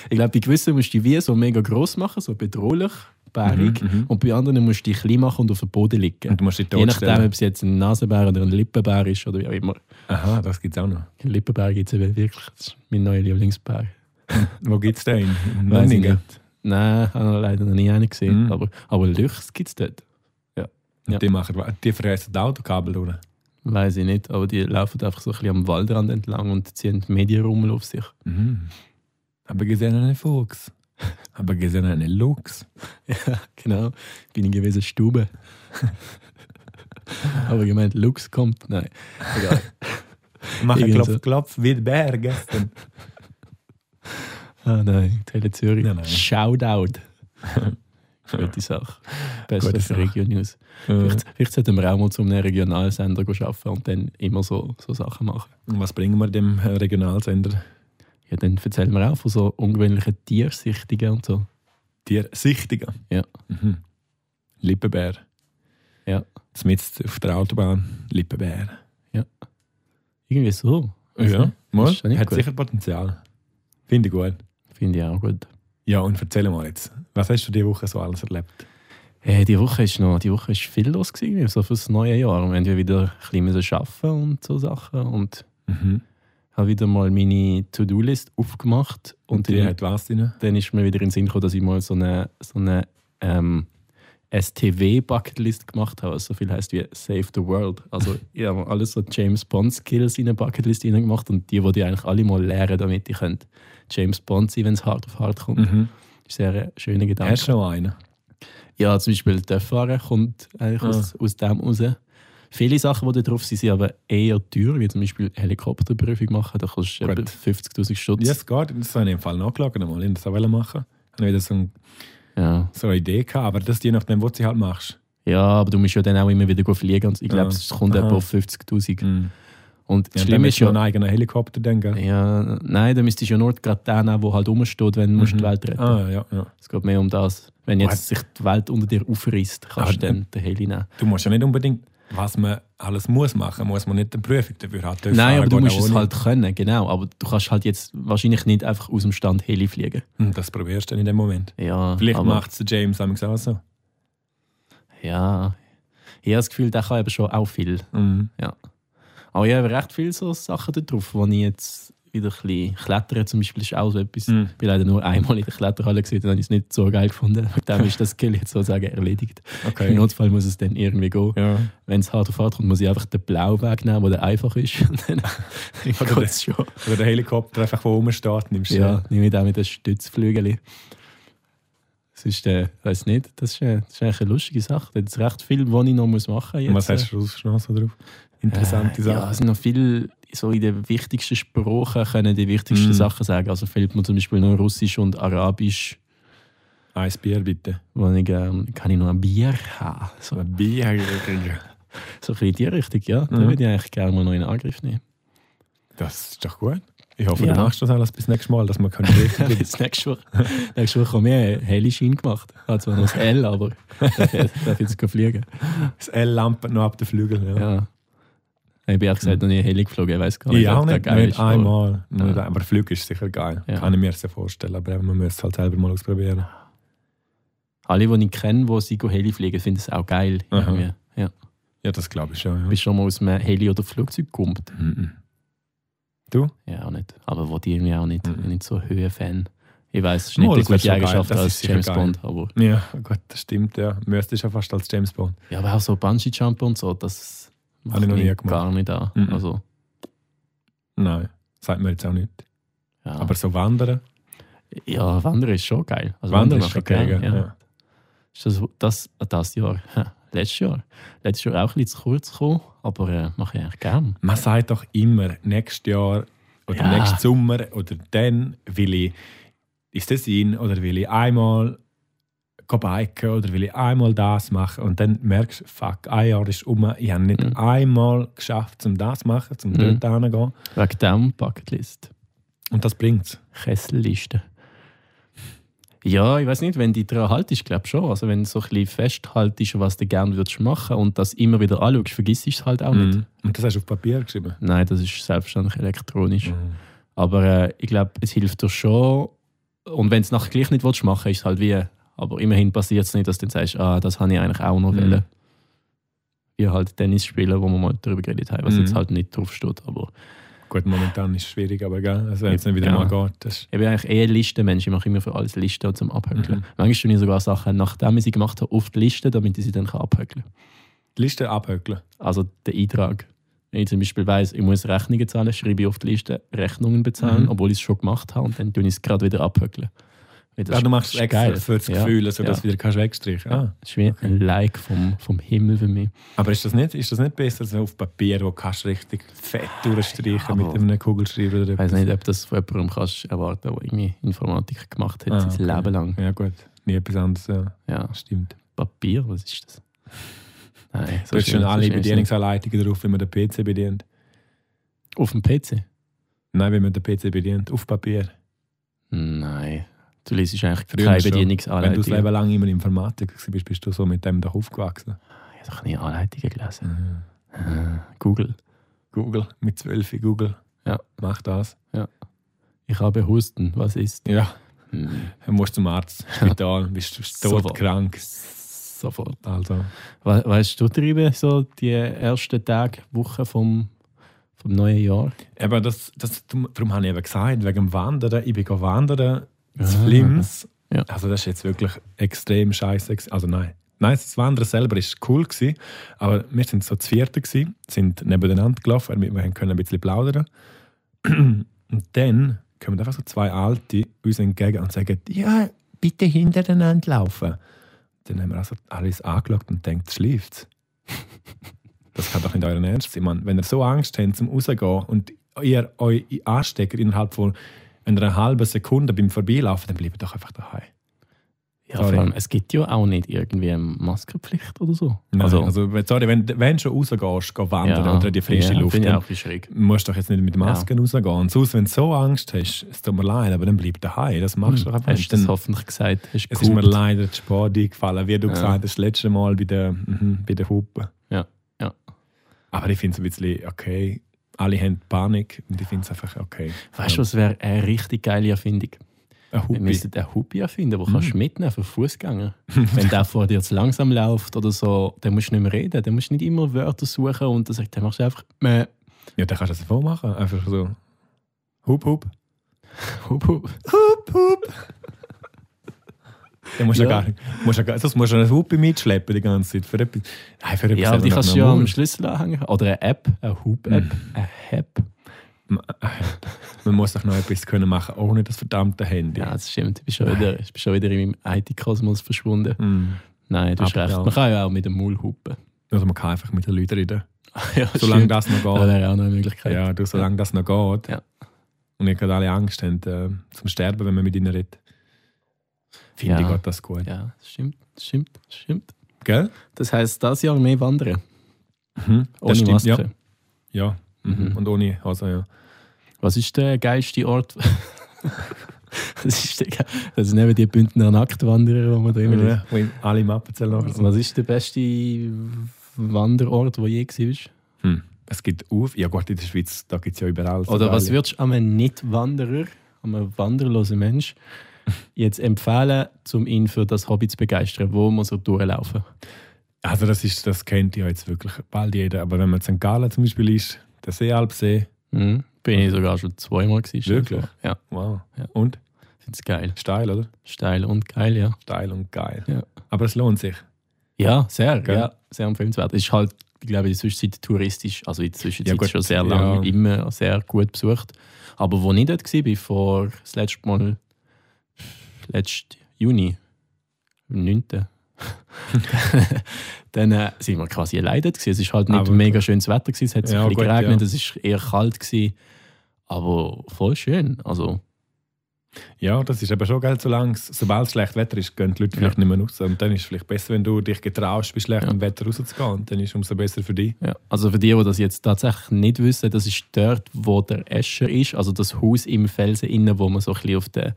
A: ich glaube, bei gewissen musst du die wie so mega gross machen, so bedrohlich, bärig.
C: Mhm, mhm.
A: Und bei anderen musst du die klein machen und auf den Boden liegen.
C: Und du musst dich
A: Je nachdem,
C: totstellen.
A: ob es jetzt ein Nasenbär oder ein Lippenbär ist oder wie auch immer.
C: Aha, das gibt es auch noch.
A: Ein Lippenbär gibt es eben wirklich. Das ist mein neuer Lieblingsbär.
C: Wo gibt es den? In
A: Weiss ich
C: Meiningen?
A: nicht. Nein, habe ich leider noch nie einen gesehen.
C: Mhm.
A: Aber, aber Lüchs gibt es dort. Ja.
C: Die, machen, die fressen die Autokabel durch.
A: Weiß ich nicht, aber die laufen einfach so ein bisschen am Waldrand entlang und ziehen die Medienrummel auf sich.
C: Mhm. Habe gesehen einen Fuchs. Habe gesehen einen Luchs.
A: Ja, genau. Bin ich gewesen, Stube. aber gemeint, Lux kommt. Nein, egal.
C: Machen
A: Irgendwie
C: Klopf,
A: so.
C: Klopf, wie der Bär gestern.
A: ah nein, Tele Zürich.
C: Nein, nein.
A: Shoutout. Gute Sache. Beste
C: Gute
A: für
C: Sache.
A: Regio-News.
C: Äh,
A: Vielleicht, vielleicht sollten wir auch mal zu einem Regionalsender arbeiten und dann immer so, so Sachen machen.
C: und was bringen wir dem äh, Regionalsender?
A: Ja, dann erzählen wir auch von so ungewöhnlichen Tiersichtungen und so.
C: Tiersichtiger.
A: Ja.
C: Mhm. Lippenbär.
A: Ja.
C: Zumindest auf der Autobahn. Lippenbär.
A: Irgendwie so. Weiss
C: Ja,
A: nicht.
C: mal.
A: Ist schon nicht
C: Hat
A: gut.
C: sicher Potenzial. Finde ich gut.
A: Finde ich auch gut.
C: Ja, und erzähl mal jetzt. Was hast du diese Woche so alles erlebt?
A: Hey, Äh, die Woche ist noch, die Woche ist viel los gewesen, so fürs neue Jahr. Wir haben ja wieder ein bisschen arbeiten und so Sachen und
C: Mhm.
A: habe wieder mal meine To-Do-List aufgemacht und
C: Und die
A: dann,
C: hat was drin?
A: dann ist mir wieder in den Sinn gekommen, dass ich mal so eine, so eine ähm, STW-Bucketlist gemacht habe, was so viel heißt wie Save the World. Also ich habe alles so James Bond-Skills in eine Bucketlist gemacht und die wollte ich eigentlich alle mal lernen, damit ich könnte James Bond sein, wenn es hart auf hart kommt.
C: Mhm.
A: Ist sehr ein schöner Gedanke.
C: Hast du noch einen?
A: Ja, zum Beispiel der Fahrer kommt eigentlich
C: Ah.
A: aus, aus dem raus. Viele Sachen, die da drauf sind, sind aber eher teuer, wie zum Beispiel Helikopterprüfung machen. Da kostet
C: Gut.
A: etwa 50.000 Stutz.
C: Ja, es geht. Das habe ich im Fall nachgeschlagen. Mal. Ich wollte das auch machen. Ich habe wieder so, ein,
A: Ja.
C: so eine Idee gehabt, aber das je nachdem, was du halt machst.
A: ja, aber du musst ja dann auch immer wieder fliegen. Und ich glaube,
C: Ah.
A: es kommt
C: Aha.
A: etwa auf 50.000.
C: Mhm.
A: Und das
C: Ja,
A: Schlimme ist ja,
C: einen eigenen Helikopter dann, gell?
A: ja, nein, dann müsstest du ja nur gerade den nehmen, der halt rumsteht, wenn du musst die Welt retten
C: Ah, ja, ja.
A: Es geht mehr um das. Wenn jetzt
C: What?
A: sich die Welt unter dir aufrisst, kannst
C: Ah,
A: du dann den Heli nehmen.
C: Du musst ja nicht unbedingt, was man alles muss machen, muss man nicht eine Prüfung dafür haben. Dürfen
A: Nein, aber
C: fahren
A: du
C: geht
A: musst
C: auch
A: es
C: ohne.
A: halt können, genau. Aber du kannst halt jetzt wahrscheinlich nicht einfach aus dem Stand Heli fliegen.
C: Hm, Das probierst du dann in dem Moment.
A: Ja,
C: Vielleicht
A: aber-
C: macht es James auch so.
A: Ja. Ich habe das Gefühl, der kann eben schon auch viel.
C: Mhm.
A: Aber ich habe recht viele so Sachen da drauf, die ich jetzt wieder ein bisschen klettern zum Beispiel ist auch so etwas.
C: Mhm.
A: Ich bin leider nur einmal in der Kletterhalle gesehen, dann habe ich es nicht so geil gefunden. Mit dem ist das Skill jetzt sozusagen erledigt.
C: Okay.
A: Im Notfall muss es dann irgendwie gehen.
C: Ja.
A: Wenn es hart auf hart kommt, muss ich einfach den blauen Weg nehmen, der einfach ist. Und dann geht es schon.
C: Oder der Helikopter einfach, der oben steht, nimmst du
A: Ja, nehme ich dann mit den Stützflügeln. Das ist, äh, weiß nicht, das ist, äh, das ist eigentlich eine lustige Sache. Da gibt es recht viel, was ich noch muss machen äh, muss.
C: Und was hast du sonst noch so drauf? Interessante
A: Äh, Ja,
C: Sachen.
A: es sind noch viele, so in den wichtigsten Sprachen können die wichtigsten
C: Mhm.
A: Sachen sagen. Also fehlt mir zum Beispiel nur Russisch und Arabisch.
C: Ein Bier bitte.
A: Wo ich, ähm, kann ich noch ein Bier haben? So,
C: Ein Bier.
A: so ein bisschen in die Richtung, ja. Da
C: Mhm.
A: würde ich eigentlich gerne mal noch in Angriff nehmen.
C: Das ist doch gut. Ich hoffe,
A: Ja.
C: du machst das alles bis nächstes Mal, dass man kann reden kann.
A: Jetzt nächste Woche, nächste Woche haben wir einen helle Schein gemacht. Hat zwar noch das L, aber darf jetzt- darf jetzt gehen fliegen.
C: Das L lampert noch ab den Flügel. Ja.
A: Ja. Ich bin auch gesagt, noch nie helle geflogen. Ich weiß gar nicht,
C: Ich auch
A: ob das
C: nicht,
A: geil
C: nicht
A: ist, aber-
C: einmal. Nicht ein- Aber Flug ist sicher geil.
A: Ja.
C: Kann ich mir sehr vorstellen. Aber eben, man muss es halt selber mal ausprobieren.
A: Alle, die ich kenne, die sie heli fliegen, finden es auch geil.
C: Aha.
A: irgendwie. Ja.
C: Ja, das glaube ich schon. Ja.
A: Bist du schon mal aus einem Heli oder Flugzeug gekommen?
C: Mhm.
A: Ja, auch nicht. Aber wo die irgendwie auch nicht. Ich bin nicht so Höhenfan. Ich weiß, es ist
C: Mal,
A: nicht die
C: das wär
A: gute
C: schon
A: Eigenschaft
C: geil. Das ist
A: als
C: sicher
A: James
C: geil.
A: Bond. Aber,
C: ja, gut, das stimmt. Ja. Müsstest ja fast als James Bond.
A: ja, aber auch so Bungee-Jump und so, das
C: Habe ich noch
A: macht
C: nie
A: mich
C: gemacht.
A: gar nicht an.
C: Mhm.
A: Also,
C: Nein, sagt mir jetzt auch nicht.
A: ja.
C: Aber so wandern.
A: ja, Wandern ist schon geil. Also
C: Also Wandern ist
A: mache
C: schon
A: ich gerne,
C: geil. Ja.
A: ja. Ist das, das, das Jahr, Ha, letztes Jahr, letztes Jahr auch ein bisschen zu kurz gekommen, aber äh, mache ich eigentlich gerne.
C: Man sagt doch immer, nächstes Jahr oder
A: Ja.
C: nächstes Sommer oder dann will ich ist das in oder will ich einmal go biken oder will ich einmal das machen und dann merkst du, fuck, ein Jahr ist um, ich habe nicht
A: Mhm.
C: einmal geschafft, um das zu machen, um
A: Mhm.
C: dort hinzugehen.
A: Wegen dem Bucketlist.
C: Und das bringt es.
A: Kesselliste. Ja, ich weiß nicht, wenn du daran haltest, glaube ich schon. Also wenn du so ein bisschen festhaltest, was du gerne würdest machen und das immer wieder anschaust, vergisst du es halt auch nicht.
C: Mhm. Und das hast du auf Papier geschrieben.
A: Nein, das ist selbstverständlich elektronisch.
C: Mhm.
A: Aber äh, ich glaube, es hilft dir schon. Und wenn du es nachher gleich nicht willst, machen ist es halt wie. Aber immerhin passiert es nicht, dass du dann sagst, ah, das habe ich eigentlich auch noch
C: Mhm.
A: wollen. Wie halt Tennis spielen, wo wir mal darüber geredet haben, was
C: Mhm.
A: jetzt halt nicht draufsteht. Aber
C: Gut, momentan ist es schwierig, aber gell, also wenn es nicht wieder
A: Ja. genau.
C: mal geht, das ist
A: Ich bin eigentlich eher ein Listenmensch. Ich mache immer für alles Listen zum Abhöckeln.
C: Mhm.
A: Manchmal tue ich sogar Sachen, nachdem ich sie gemacht habe, auf die Liste, damit ich sie dann kann abhöckeln kann.
C: die Liste abhöckeln.
A: Also der Eintrag. Wenn ich zum Beispiel weiss, ich muss Rechnungen zahlen, schreibe ich auf die Liste Rechnungen bezahlen,
C: Mhm.
A: obwohl ich es schon gemacht habe und dann tue ich es gerade wieder abhöckeln. Weil das
C: Ja,
A: ist-
C: du machst es
A: ist
C: extra
A: geil.
C: für das
A: Ja,
C: Gefühl, sodass
A: ja.
C: du wieder kannst wegstreichen kannst. Ah.
A: Das ist wie ein Like vom, vom Himmel für mich.
C: Aber ist das nicht, ist das nicht besser so auf Papier, wo kannst du richtig fett durchstreichen
A: aber-
C: mit einem Kugelschreiber oder
A: Ich weiß nicht, ob das von jemandem kannst erwarten der irgendwie Informatik gemacht hat,
C: Ah,
A: sein
C: okay.
A: Leben lang.
C: Ja gut, nie etwas anderes, ja.
A: Ja,
C: stimmt.
A: Papier, was ist das? Nein, so
C: Du
A: schlimm-
C: hast schon
A: so schlimm ist es
C: alle
A: nicht.
C: Bedienungsanleitungen drauf, wenn man den PC bedient.
A: Auf dem PC?
C: Nein, wenn man den PC bedient, auf Papier.
A: Nein. Du liest eigentlich keine
C: Früher schon. Wenn du das
A: Bedienungsanleitung.
C: Leben lang immer Informatiker warst, bist, bist du so mit dem doch aufgewachsen.
A: Ich habe doch nie Anleitungen gelesen. Ah, Google.
C: Google, mit 12 Google.
A: Ja.
C: Mach das.
A: Ich habe Husten. Was ist?
C: Ja.
A: Hm,
C: Dann musst du zum Arzt, Spital, bist du
A: Sofort.
C: todkrank.
A: Sofort.
C: Also,
A: We weißt du darüber, so die ersten Tage, Wochen vom, vom neuen Jahr?
C: Eben, das, das, darum darum habe ich eben gesagt, wegen dem Wandern. Ich bin go wandern, das Flims.
A: Ja.
C: Also das ist jetzt wirklich extrem scheiße. gewesen. Also nein. Nein, das Wandern selber war cool, gewesen, aber wir sind so zu vierten, gewesen, sind nebeneinander gelaufen, damit wir haben können ein bisschen plaudern Und dann kommen einfach so zwei Alte uns entgegen und sagen, ja, bitte hintereinander laufen. Dann haben wir also alles angeschaut und denkt, schläft Das kann doch nicht euer Ernst sein, Mann. Wenn ihr so Angst habt zum Rausgehen und ihr euch ansteckt innerhalb von einer halben Sekunde beim Vorbeilaufen, dann bleibt doch einfach daheim.
A: Ja,
C: Sorry.
A: vor allem, es gibt ja auch nicht irgendwie eine Maskenpflicht oder so.
C: Nein, also, wenn- sorry, wenn, wenn du schon rausgehst, geh wandern oder in die frische
A: ja,
C: Luft, Hm.
A: Finde ich auch
C: dann
A: ein bisschen schräg.
C: musst du doch jetzt nicht mit Masken rausgehen. Und sonst, wenn du so Angst hast, es tut mir leid, aber dann bleib daheim. Das machst du doch einfach
A: Hm, Hast
C: nicht.
A: du das
C: Dann-
A: hoffentlich gesagt? Hast
C: Es
A: du
C: ist mir
A: geguckt?
C: leider zu spät eingefallen, wie du
A: Ja.
C: gesagt hast, das letzte Mal bei der, mhm, bei der Hupe.
A: Ja, ja.
C: Aber ich finde es ein bisschen okay. Alle haben Panik und ich finde es einfach okay.
A: Weißt du, was wäre eine richtig geile Erfindung?
C: Eine
A: Wir
C: Hupe.
A: müssten einen Hubi erfinden, den
C: Mhm.
A: kannst du mitnehmen für Fußgänger. Wenn der vor dir zu langsam läuft oder so, dann musst du nicht mehr reden. Dann musst du nicht immer Wörter suchen und dann, sagt, dann machst du einfach «Mäh».
C: Ja, dann kannst du es voll machen. Einfach so. Hup, hup.
A: Hup, hup.
C: Hup, hup. Du musst ja.
A: Ja.
C: gar nicht, musst ja gar, sonst musst du eine Hupe mitschleppen die ganze Zeit. Für etwas, nein, für etwas
A: Ja,
C: hat
A: aber die
C: man Mhm.
A: kannst
C: doch
A: du ja
C: noch
A: am
C: Mund. Mm.
A: Schlüssel anhängen. Oder eine App, eine Hub-App, eine App.
C: Man muss doch noch etwas können machen, ohne das verdammte Handy.
A: Ja, das stimmt. Ich bin schon wieder, ich bin schon wieder in meinem IT-Kosmos verschwunden.
C: Mm.
A: Nein, du hast
C: Aber
A: recht.
C: ja.
A: Man kann ja auch mit dem Maul hupen.
C: Also man kann einfach mit den Leuten reden.
A: ja,
C: Solange
A: stimmt.
C: das noch
A: Das
C: geht.
A: wäre auch noch eine Möglichkeit.
C: Ja, du, solange das noch geht.
A: Ja.
C: Und nicht gerade alle Angst haben äh, zum Sterben, wenn man mit ihnen redet. Finde
A: Ja.
C: ich Gott das gut.
A: Ja, das stimmt, das stimmt, das stimmt.
C: Gell?
A: Das heisst, das Jahr mehr wandern.
C: Mhm. Das
A: Ohne
C: stimmt,
A: Maske.
C: Ja. ja. Mhm.
A: Mhm.
C: Und ohne Hose, ja.
A: Was ist der geilste Ort? das, ist der, ge- das sind eben die Bündner Nacktwanderer, die man da immer liest.
C: ja. äh, Wo ihm alle Mappen zählen.
A: Was ist der beste Wanderort, wo je warst?
C: Hm. Es gibt auf. Ja Gott, in der Schweiz, da gibt es ja überall.
A: Oder was
C: Italien.
A: würdest du einem Nicht-Wanderer, einem wanderlosen Mensch, jetzt empfehlen, um ihn für das Hobby zu begeistern? Wo muss er durchlaufen?
C: Also das ist, das kennt ja jetzt wirklich bald jeder. Aber wenn man in St. Gallen zum Beispiel ist, der Seealpsee.
A: Hm? Bin ich sogar schon zweimal gewesen.
C: Wirklich?
A: Ja,
C: Wow.
A: Ja.
C: Und?
A: find's geil.
C: Steil, oder?
A: Steil und geil, ja.
C: Steil und geil.
A: Ja.
C: Aber es lohnt sich.
A: Ja, sehr,
C: Gell?
A: ja, sehr empfehlenswert. Ist halt, ich glaube, in der Zwischenzeit touristisch, also in der
C: Ja,
A: Zwischenzeit
C: gut,
A: schon sehr lange,
C: ja.
A: immer sehr gut besucht. Aber wo ich dort war, vor das letzte Mal, letzten Juni, am 9. dann äh, sind wir quasi allein dort. gewesen. Es war halt nicht
C: Aber-
A: mega schönes Wetter, gewesen. es hat
C: Ja,
A: ein bisschen
C: gut,
A: geregnet,
C: ja.
A: es war eher kalt, gewesen, aber voll schön. Also,
C: Ja, das ist aber schon geil, solange es- sobald es schlecht Wetter ist, gehen die Leute vielleicht nicht mehr raus. Und dann ist es vielleicht besser, wenn du dich getraust, bei schlechtem Wetter rauszugehen. Und dann ist es umso besser für dich.
A: Ja, also für die, die das jetzt tatsächlich nicht wissen, das ist dort, wo der Escher ist, also das Haus im Felsen innen, wo man so ein bisschen auf den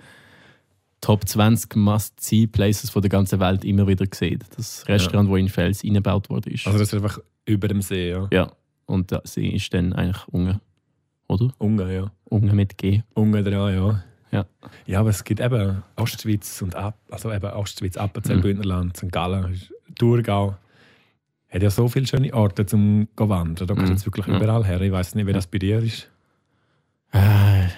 A: Top 20 Must-See-Places von der ganzen Welt immer wieder sieht. Das Restaurant, wo in den Fels eingebaut worden ist.
C: Also das ist einfach über dem See, ja.
A: ja, und da- sie ist dann eigentlich unge, oder?
C: Ungarn, ja.
A: Unge mit G.
C: Ungarn dran, ja.
A: Ja.
C: Ja, aber es gibt eben Ostschweiz und Ab also eben Ostschweiz, Appenzell,
A: Mhm.
C: Bündnerland, St. Gallen, ist- Thurgau. Hat ja so viele schöne Orte zum gehen wandern. Da kommt
A: Mhm.
C: es wirklich
A: Ja.
C: überall her. Ich weiß nicht, wie das bei dir ist.
A: Äh, äh,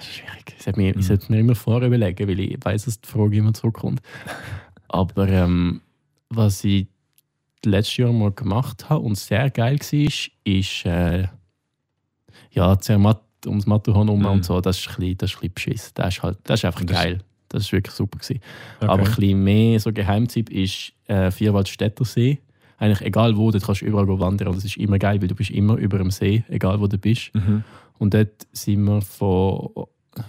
A: schwierig. Ich sollte
C: Mhm.
A: mir, ich sollte mir immer vorher überlegen, weil ich weiß, dass die Frage immer zurückkommt. Aber ähm, was ich letztes Jahr mal gemacht habe und sehr geil war, ist äh, ja, Zermatt, ums Matterhorn um
C: Mhm.
A: und so. Das ist ein bisschen, das ist ein bisschen beschissen. Das ist, halt, das ist einfach
C: Das-
A: geil. Das ist wirklich super. Gewesen.
C: Okay.
A: Aber ein bisschen mehr so Geheimtipp ist äh, Vierwaldstätter See. Eigentlich egal wo, dort kannst du überall wandern. Und das ist immer geil, weil du bist immer über dem See, egal wo du bist.
C: mhm.
A: Und dort sind wir von, ich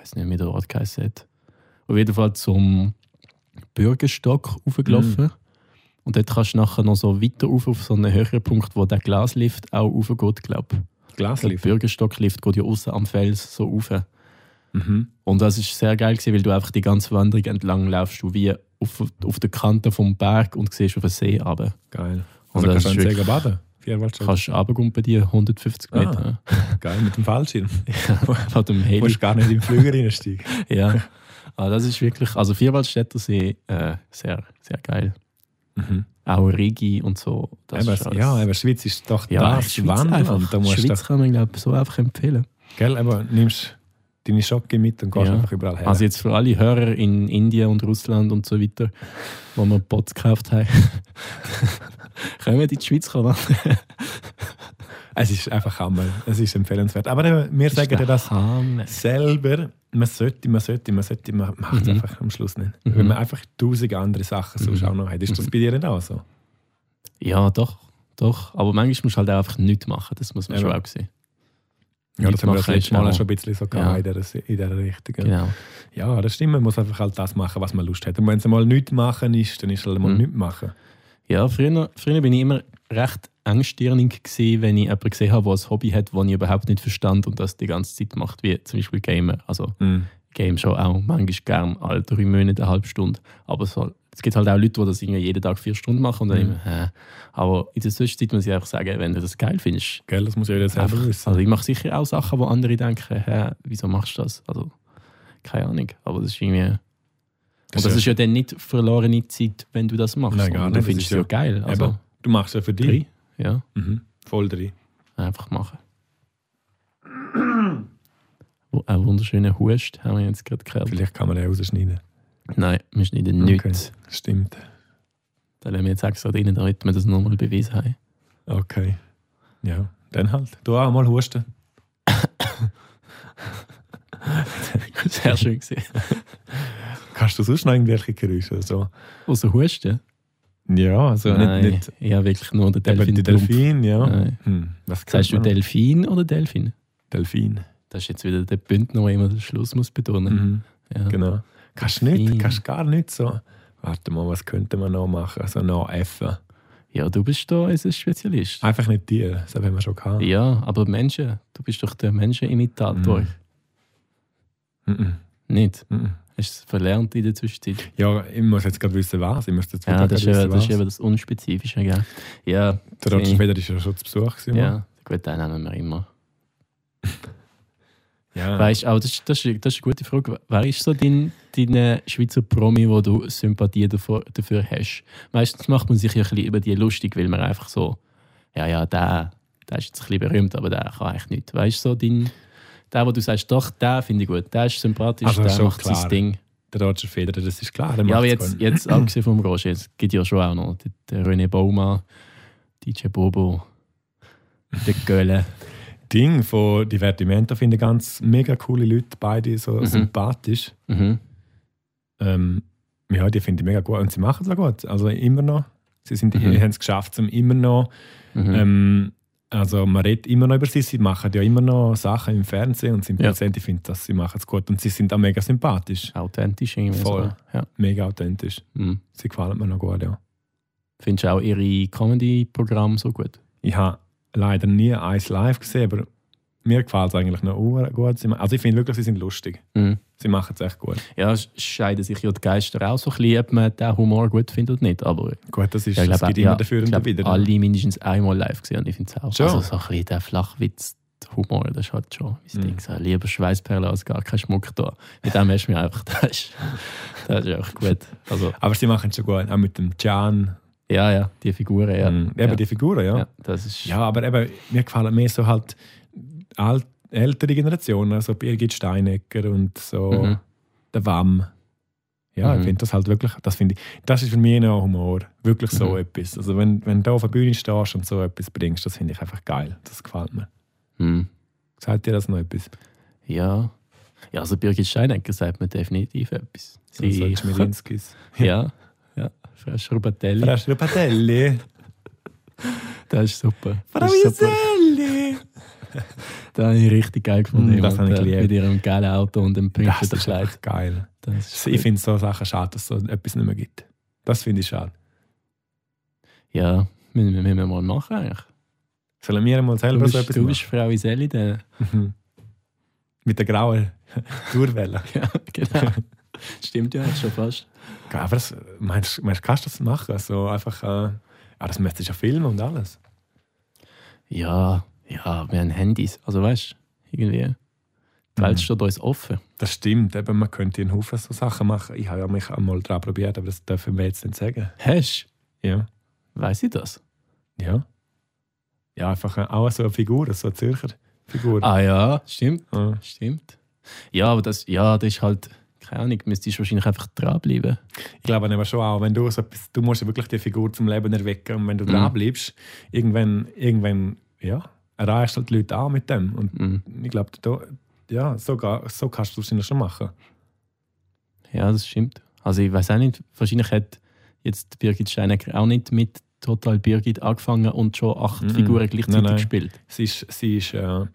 A: weiß nicht, wie der Ort geheißen hat, auf jeden Fall zum Bürgerstock raufgelaufen.
C: Mhm.
A: Und dort kannst du nachher noch so weiter rauf auf so einen höheren Punkt, wo der Glaslift auch raufgeht, glaube ich. Der
C: Glaslift.
A: Bürgerstocklift geht ja außen am Fels so rauf.
C: Mhm.
A: Und das ist sehr geil, gewesen, weil du einfach die ganze Wanderung entlang laufst, du wie auf, auf der Kante vom Berg und siehst auf den See runter.
C: Geil.
A: Und
C: Also
A: das ist
C: kannst du einen
A: wirklich,
C: See baden. Vierwaldstadt.
A: kannst runtergehen bei dir 150
C: Ah.
A: Meter.
C: Geil, mit dem Fallschirm.
A: Von dem
C: Du
A: Heli.
C: musst gar nicht im Flüger reinsteigen.
A: Ja, aber das ist wirklich, also Vierwaldstätter See, äh, sehr, sehr geil.
C: Mhm.
A: Auch Rigi und so. Das
C: Eben,
A: ist alles-
C: ja, aber Schweiz ist doch
A: ja,
C: das
A: Schweiz
C: Wandland.
A: einfach.
C: Da musst du
A: Schweiz
C: doch,
A: kann man glaube so einfach empfehlen.
C: gell, aber nimmst deine Schocke mit und gehst
A: Ja.
C: einfach überall her.
A: Also jetzt für alle Hörer in Indien und Russland und so weiter, wo wir Bots gekauft haben, können wir in die Schweiz kommen.
C: es ist einfach Hammer. Es ist empfehlenswert. Aber eben, wir sagen dir das
A: Hammes.
C: selber. Man sollte, man sollte, man sollte, man macht es
A: Mhm.
C: einfach am Schluss nicht.
A: Mhm.
C: Wenn man einfach tausend andere Sachen sonst
A: Mhm.
C: auch noch hat. Ist das bei dir nicht auch so?
A: Ja, doch, doch. Aber manchmal musst du halt auch einfach nichts machen, das muss man
C: Eben.
A: schon auch sehen.
C: Ja, das haben wir das
A: Mitmachen ist
C: letzte Mal
A: auch-
C: schon ein bisschen so gehabt
A: Ja.
C: in dieser in dieser Richtung. ja.
A: Genau.
C: Ja, das stimmt. Man muss einfach halt das machen, was man Lust hat. Und wenn es mal nichts machen ist, dann ist es halt mal
A: Mhm.
C: nichts machen.
A: Ja, früher, früher bin ich immer recht engstirnig gewesen, wenn ich jemanden gesehen habe, der ein Hobby hat, das ich überhaupt nicht verstand und das die ganze Zeit macht, wie zum Beispiel Gamer. Also
C: Mhm.
A: Game schon auch manchmal gern alle drei Monate eine halbe Stunde. Aber so, es gibt halt auch Leute, die das irgendwie jeden Tag vier Stunden machen und dann
C: Mhm.
A: immer, hä? Aber in der Zwischenzeit muss ich einfach sagen, wenn du das geil findest,
C: Gell, das muss jeder selber
A: einfach,
C: wissen.
A: also ich mache sicher auch Sachen, wo andere denken, hä, wieso machst du das? Also keine Ahnung, aber das ist irgendwie... Und das ist ja dann nicht verlorene Zeit, wenn du das machst.
C: Nein, gar
A: sondern Du
C: nicht. Das
A: findest
C: ist
A: es ja
C: ja-
A: geil. Also,
C: Eben. du machst ja für dich.
A: drei, ja.
C: Mhm. Voll drei.
A: Einfach machen. wo- einen wunderschönen Hust haben wir jetzt gerade gehört.
C: Vielleicht kann man den rausschneiden.
A: Nein, wir schneiden nichts.
C: Stimmt.
A: Da lassen wir jetzt extra rein, damit wir das nochmal bewiesen haben.
C: Okay. Ja, dann halt. Du auch mal husten.
A: Sehr schön gesehen.
C: Kannst du sonst noch irgendwelche Geräusche oder so?
A: Außer Husten?
C: Ja, also
A: Nein,
C: nicht, nicht
A: ja wirklich nur der Delfin.
C: Delfin, die Delfin, ja.
A: Nein.
C: Hm, was
A: Sagst du
C: kennt man noch?
A: Delfin oder Delfin?
C: Delfin?
A: Das ist jetzt wieder der Bündner, der immer den Schluss muss betonen muss.
C: Mhm,
A: Ja.
C: genau. Kannst du nicht,
A: Delfin.
C: kannst gar nicht so. Warte mal, was könnte man noch machen? So noch effen.
A: ja, du bist da unser Spezialist.
C: Einfach nicht Tier, das haben wir schon gehabt.
A: Ja, aber Menschen, du bist doch der Menschenimitator.
C: Mhm. Mhm,
A: Nicht?
C: mhm.
A: Hast du es verlernt in der Zwischenzeit?
C: Ja, ich muss jetzt gerade wissen, was. Ich muss jetzt
A: Ja,
C: wirklich
A: das ist,
C: gerade
A: eben, das ist
C: wissen,
A: eben das Unspezifische, gell? Ja,
C: was. Der Roger Federer ist ja schon zu Besuch. Gewesen, Mann.
A: ja, gut, den nehmen wir immer.
C: ja.
A: Weißt, aber das, ist- das, ist, das ist eine gute Frage. Wer ist so dein, dein äh, Schweizer Promi, wo du Sympathie davor, dafür hast? Meistens macht man sich ja ein bisschen über die lustig, weil man einfach so, ja, ja, der, der ist jetzt ein bisschen berühmt, aber der kann eigentlich nicht. Weißt du, so dein, der, wo du sagst, doch, der finde ich gut, der ist sympathisch,
C: Also
A: der
C: schon
A: macht
C: klar.
A: sein Ding.
C: Der Roger Federer, das ist klar. der
A: Ja, aber
C: macht's
A: jetzt,
C: gut.
A: jetzt abgesehen vom Roger, es gibt ja schon auch noch den, den René Bauma, DJ Bobo, den Gölle.
C: Ding von Divertimento finde ich ganz mega coole Leute, beide so
A: Mhm.
C: sympathisch.
A: Mhm.
C: Ähm, ja, die finde ich mega gut und sie machen es auch gut. Also immer noch. Sie sind,
A: Mhm.
C: haben es geschafft, um immer noch.
A: Mhm.
C: Ähm, also man redet immer noch über sie, sie machen ja immer noch Sachen im Fernsehen und sind
A: Ja.
C: präsent. Ich finde, dass sie machen es gut und sie sind auch mega sympathisch,
A: Authentisch irgendwie.
C: Voll.
A: sogar. Ja.
C: mega authentisch.
A: Mhm.
C: Sie gefallen mir noch gut, ja.
A: Findest du auch ihre Comedy-Programme so gut?
C: Ich habe leider nie eins live gesehen, aber mir gefällt es eigentlich noch ur- gut. Sie ma- Also ich finde wirklich, sie sind lustig.
A: Mhm.
C: Sie machen es echt gut.
A: Ja, es scheiden sich ja die Geister auch so ein bisschen, ob man den Humor gut findet oder nicht. Aber
C: Gut, das ist,
A: ich
C: es
A: glaube,
C: gibt
A: ja,
C: immer dafür
A: ich
C: und
A: glaube,
C: wieder.
A: alle mindestens einmal live gesehen und ich finde es auch.
C: Schon?
A: Also so ein bisschen der Flachwitz-Humor, das ist halt schon mein
C: Mhm.
A: Ding. So, lieber Schweißperle als gar kein Schmuck da. Mit dem hast du mir einfach, das ist, das ist auch gut. Also,
C: Aber sie machen es schon gut, auch mit dem Can.
A: ja, ja, die Figuren, ja.
C: Mhm. Eben
A: ja.
C: die Figuren, ja.
A: Hm, ja.
C: ja.
A: das ist,
C: aber eben, mir gefallen mehr so halt alt, ältere Generationen, also Birgit Steinecker und so
A: Mhm.
C: der Wam. Ja,
A: Mhm.
C: ich finde das halt wirklich, das finde ich, das ist für mich noch Humor. Wirklich so
A: Mhm.
C: etwas. Also wenn, wenn du auf der Bühne stehst und so etwas bringst, das finde ich einfach geil. Das gefällt mir.
A: Hm.
C: Sagt dir das noch etwas?
A: ja. Ja, also Birgit Steinecker sagt mir definitiv etwas.
C: Sie
A: Sie
C: Schmirinskis.
A: Ja, ja. Frau Schurbatelli.
C: Frau Schrupatelli.
A: Das ist super.
C: Frau
A: Das ist super.
C: Iselli.
A: Das habe ich richtig geil gefunden.
C: Mm, das
A: Und,
C: habe ich
A: äh,
C: geliebt.
A: Mit ihrem geilen Auto und dem
C: Das
A: pinksten
C: ist
A: Kleid.
C: einfach geil.
A: Das ist
C: Ich
A: gut.
C: finde so Sachen schade, dass es so etwas nicht mehr gibt. Das finde ich schade.
A: Ja, müssen wir, müssen wir mal machen eigentlich.
C: Sollen wir mal
A: Du
C: selber so
A: bist,
C: etwas
A: du bist Frau Iselli, der.
C: machen? Mit der grauen Durwelle.
A: Ja, genau. Stimmt ja, schon fast.
C: Aber das, meinst, du- meinst, du, kannst du das machen? So einfach, äh, ah, das müsstest du ja filmen und alles.
A: Ja, ja, wir haben Handys. Also weißt du, irgendwie. Die
C: Mhm.
A: Welt steht uns offen.
C: Das stimmt, eben, man könnte einen Haufen so Sachen machen. Ich habe ja mich einmal dran probiert, aber das dürfen wir jetzt nicht sagen.
A: Hast
C: Ja.
A: du? Weiss ich das?
C: Ja. Ja, einfach äh, auch so eine Figur, so eine Zürcher Figur.
A: Ah ja, stimmt.
C: Ja.
A: Stimmt. Ja, aber das, ja, das ist halt. Keine Ahnung, müsstest du wahrscheinlich einfach dranbleiben.
C: Ich glaube aber schon auch, wenn du so etwas, du musst ja wirklich die Figur zum Leben erwecken und wenn du dran bleibst, irgendwann, irgendwann, ja, erreichst du halt die Leute auch mit dem. Und
A: Mhm.
C: ich glaube, da, ja, so, ga- so kannst du es wahrscheinlich schon machen.
A: Ja, das stimmt. Also ich weiß auch nicht, wahrscheinlich hat jetzt Birgit Steinecker auch nicht mit Total Birgit angefangen und schon acht
C: Mhm.
A: Figuren gleichzeitig
C: Nein, nein.
A: gespielt.
C: Sie ist, sie ist äh,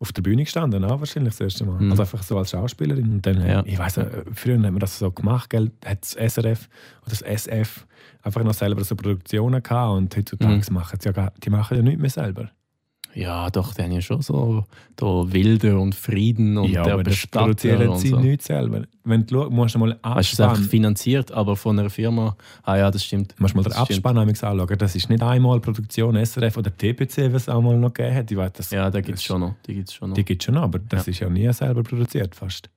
C: auf der Bühne gestanden, auch wahrscheinlich das erste Mal.
A: Mhm.
C: Also einfach so als Schauspielerin. Und dann,
A: Ja.
C: ich weiß, äh, früher hat man das so gemacht, gell? hat das SRF oder das SF einfach noch selber so Produktionen gehabt und heutzutage
A: Mhm.
C: machen sie ja gar, die machen ja nichts mehr selber.
A: Ja, doch, die haben ja schon so da Wilder und Frieden und der
C: aber das
A: Bestatter
C: produzieren
A: und
C: sie
A: so.
C: nicht selber. Wenn du schaust, musst du mal
A: Weißt, du, es ist einfach
C: abspannen. Du
A: finanziert, aber von einer Firma. Ah ja, das stimmt.
C: musst mal den
A: das stimmt.
C: Abspann einmal anschauen. Das ist nicht einmal Produktion SRF oder TPC, was es auch mal noch gegeben hat. Ich weiß, das,
A: Ja, da gibt es
C: das-
A: schon noch. Die gibt's schon noch.
C: Die gibt es schon noch, aber das ist ja nie selber produziert fast.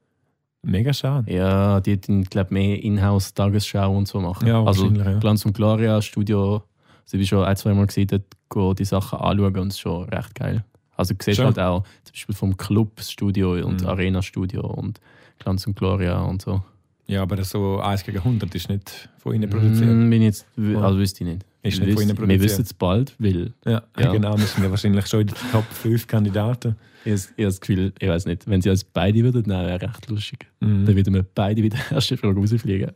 C: Mega schade.
A: ja, die hatten, glaube mehr Inhouse, Tagesschau und so machen.
C: Ja,
A: also
C: wahrscheinlich, ja.
A: Glanz und Gloria, Studio. Also ich bin schon ein, zwei Mal gesehen, dort gehen die Sachen anschauen und es ist schon recht geil. Also du siehst
C: Schön.
A: halt auch zum Beispiel vom Club das Studio und
C: Mhm.
A: Arena Studio und Glanz und Gloria und so.
C: Ja, aber so 1 gegen 100 ist nicht von ihnen produziert.
A: Mm, bin jetzt, also wüsste ich nicht.
C: Ist
A: wir
C: nicht von ihnen
A: wissen- wir
C: produziert.
A: wissen es bald, weil
C: Ja,
A: Ja.
C: genau, wir sind ja wahrscheinlich schon in den Top 5 Kandidaten.
A: ich, ich habe das Gefühl, ich weiß nicht, wenn sie uns beide würden, dann wäre recht lustig.
C: Mhm.
A: Dann würden wir beide wieder erste Frage rausfliegen.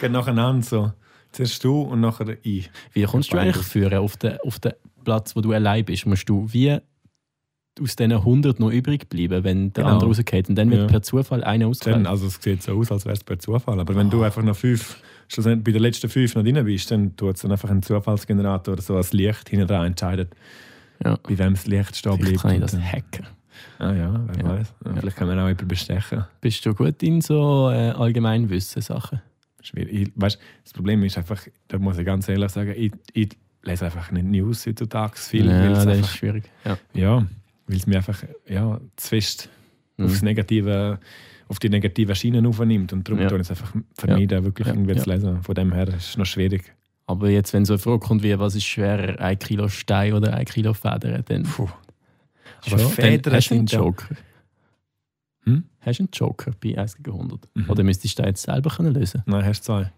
C: Geht nacheinander so. Zuerst du und nachher ich.
A: Wie kommst du
C: Beide.
A: eigentlich führen auf den, auf den Platz, wo du allein bist? Musst du wie aus diesen 100 noch übrig bleiben, wenn der
C: Genau.
A: andere rausgeht? Und dann wird
C: Ja.
A: per Zufall einer ausgewählt.
C: Dann, also es sieht so aus, als wäre es per Zufall. Aber wenn du einfach noch fünf, schlussendlich bei den letzten fünf noch drin bist, dann tut es dann einfach ein Zufallsgenerator oder so als Licht hinten dran entscheidet,
A: Ja.
C: bei wem das Licht stehen
A: Vielleicht
C: bleibt.
A: kann ich
C: Und
A: das
C: dann-
A: hacken.
C: Ah ja, wer weiß. Ja, Vielleicht kann man auch jemanden bestechen.
A: Bist du gut in so äh, Allgemeinwissen-Sachen?
C: Schwierig. Ich, weißt, das Problem ist einfach, da muss ich ganz ehrlich sagen, ich, ich lese einfach nicht News heutzutage viel, weil
A: ja,
C: es
A: das ist
C: einfach,
A: schwierig. Ja.
C: ja, weil es mir einfach ja, zu fest
A: Hm. Mhm.
C: aufs Negative, auf die negative Schiene aufnimmt und darum
A: Ja.
C: ja. tue ich es einfach vermeiden, wirklich
A: Ja.
C: irgendwie
A: Ja.
C: zu lesen. Von dem her ist es noch schwierig.
A: Aber jetzt, wenn so eine Frage kommt wie, was ist schwerer, ein Kilo Stein oder ein Kilo Federn, dann,
C: Puh.
A: Schon? dann hast du einen
C: ja-
A: Joker.
C: Hm?
A: Hast du einen Joker bei 1 gegen 100?
C: Mhm.
A: Oder müsstest du den jetzt selber können lösen
C: Nein, hast zwei.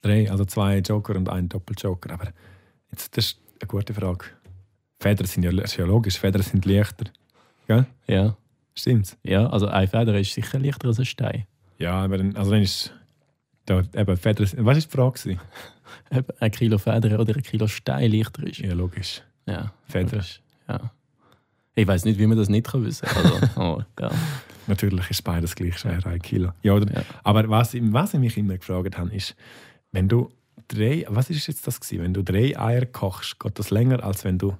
C: Drei, also zwei Joker und einen Doppeljoker. Aber jetzt, das ist eine gute Frage. Federn sind ja, ist ja logisch, Federn sind leichter.
A: Ja.
C: Stimmt's?
A: ja, also eine Feder ist sicher leichter als ein Stein.
C: Ja, aber dann, also dann ist. Da, eben, Federn. sind- Was war die Frage? gewesen?
A: Ob ein Kilo Feder oder ein Kilo Stein leichter ist.
C: Ja, logisch.
A: Ja.
C: Federn.
A: ja. Ich weiß nicht, wie man das nicht kann wissen kann. Also, oh, ja.
C: Natürlich ist beides gleich schwer, ein Kilo. Ja, oder?
A: Ja.
C: Aber was, ich- was ich mich immer gefragt habe, ist, wenn du drei, was ist jetzt das gewesen? Wenn du drei Eier kochst, geht das länger, als wenn du,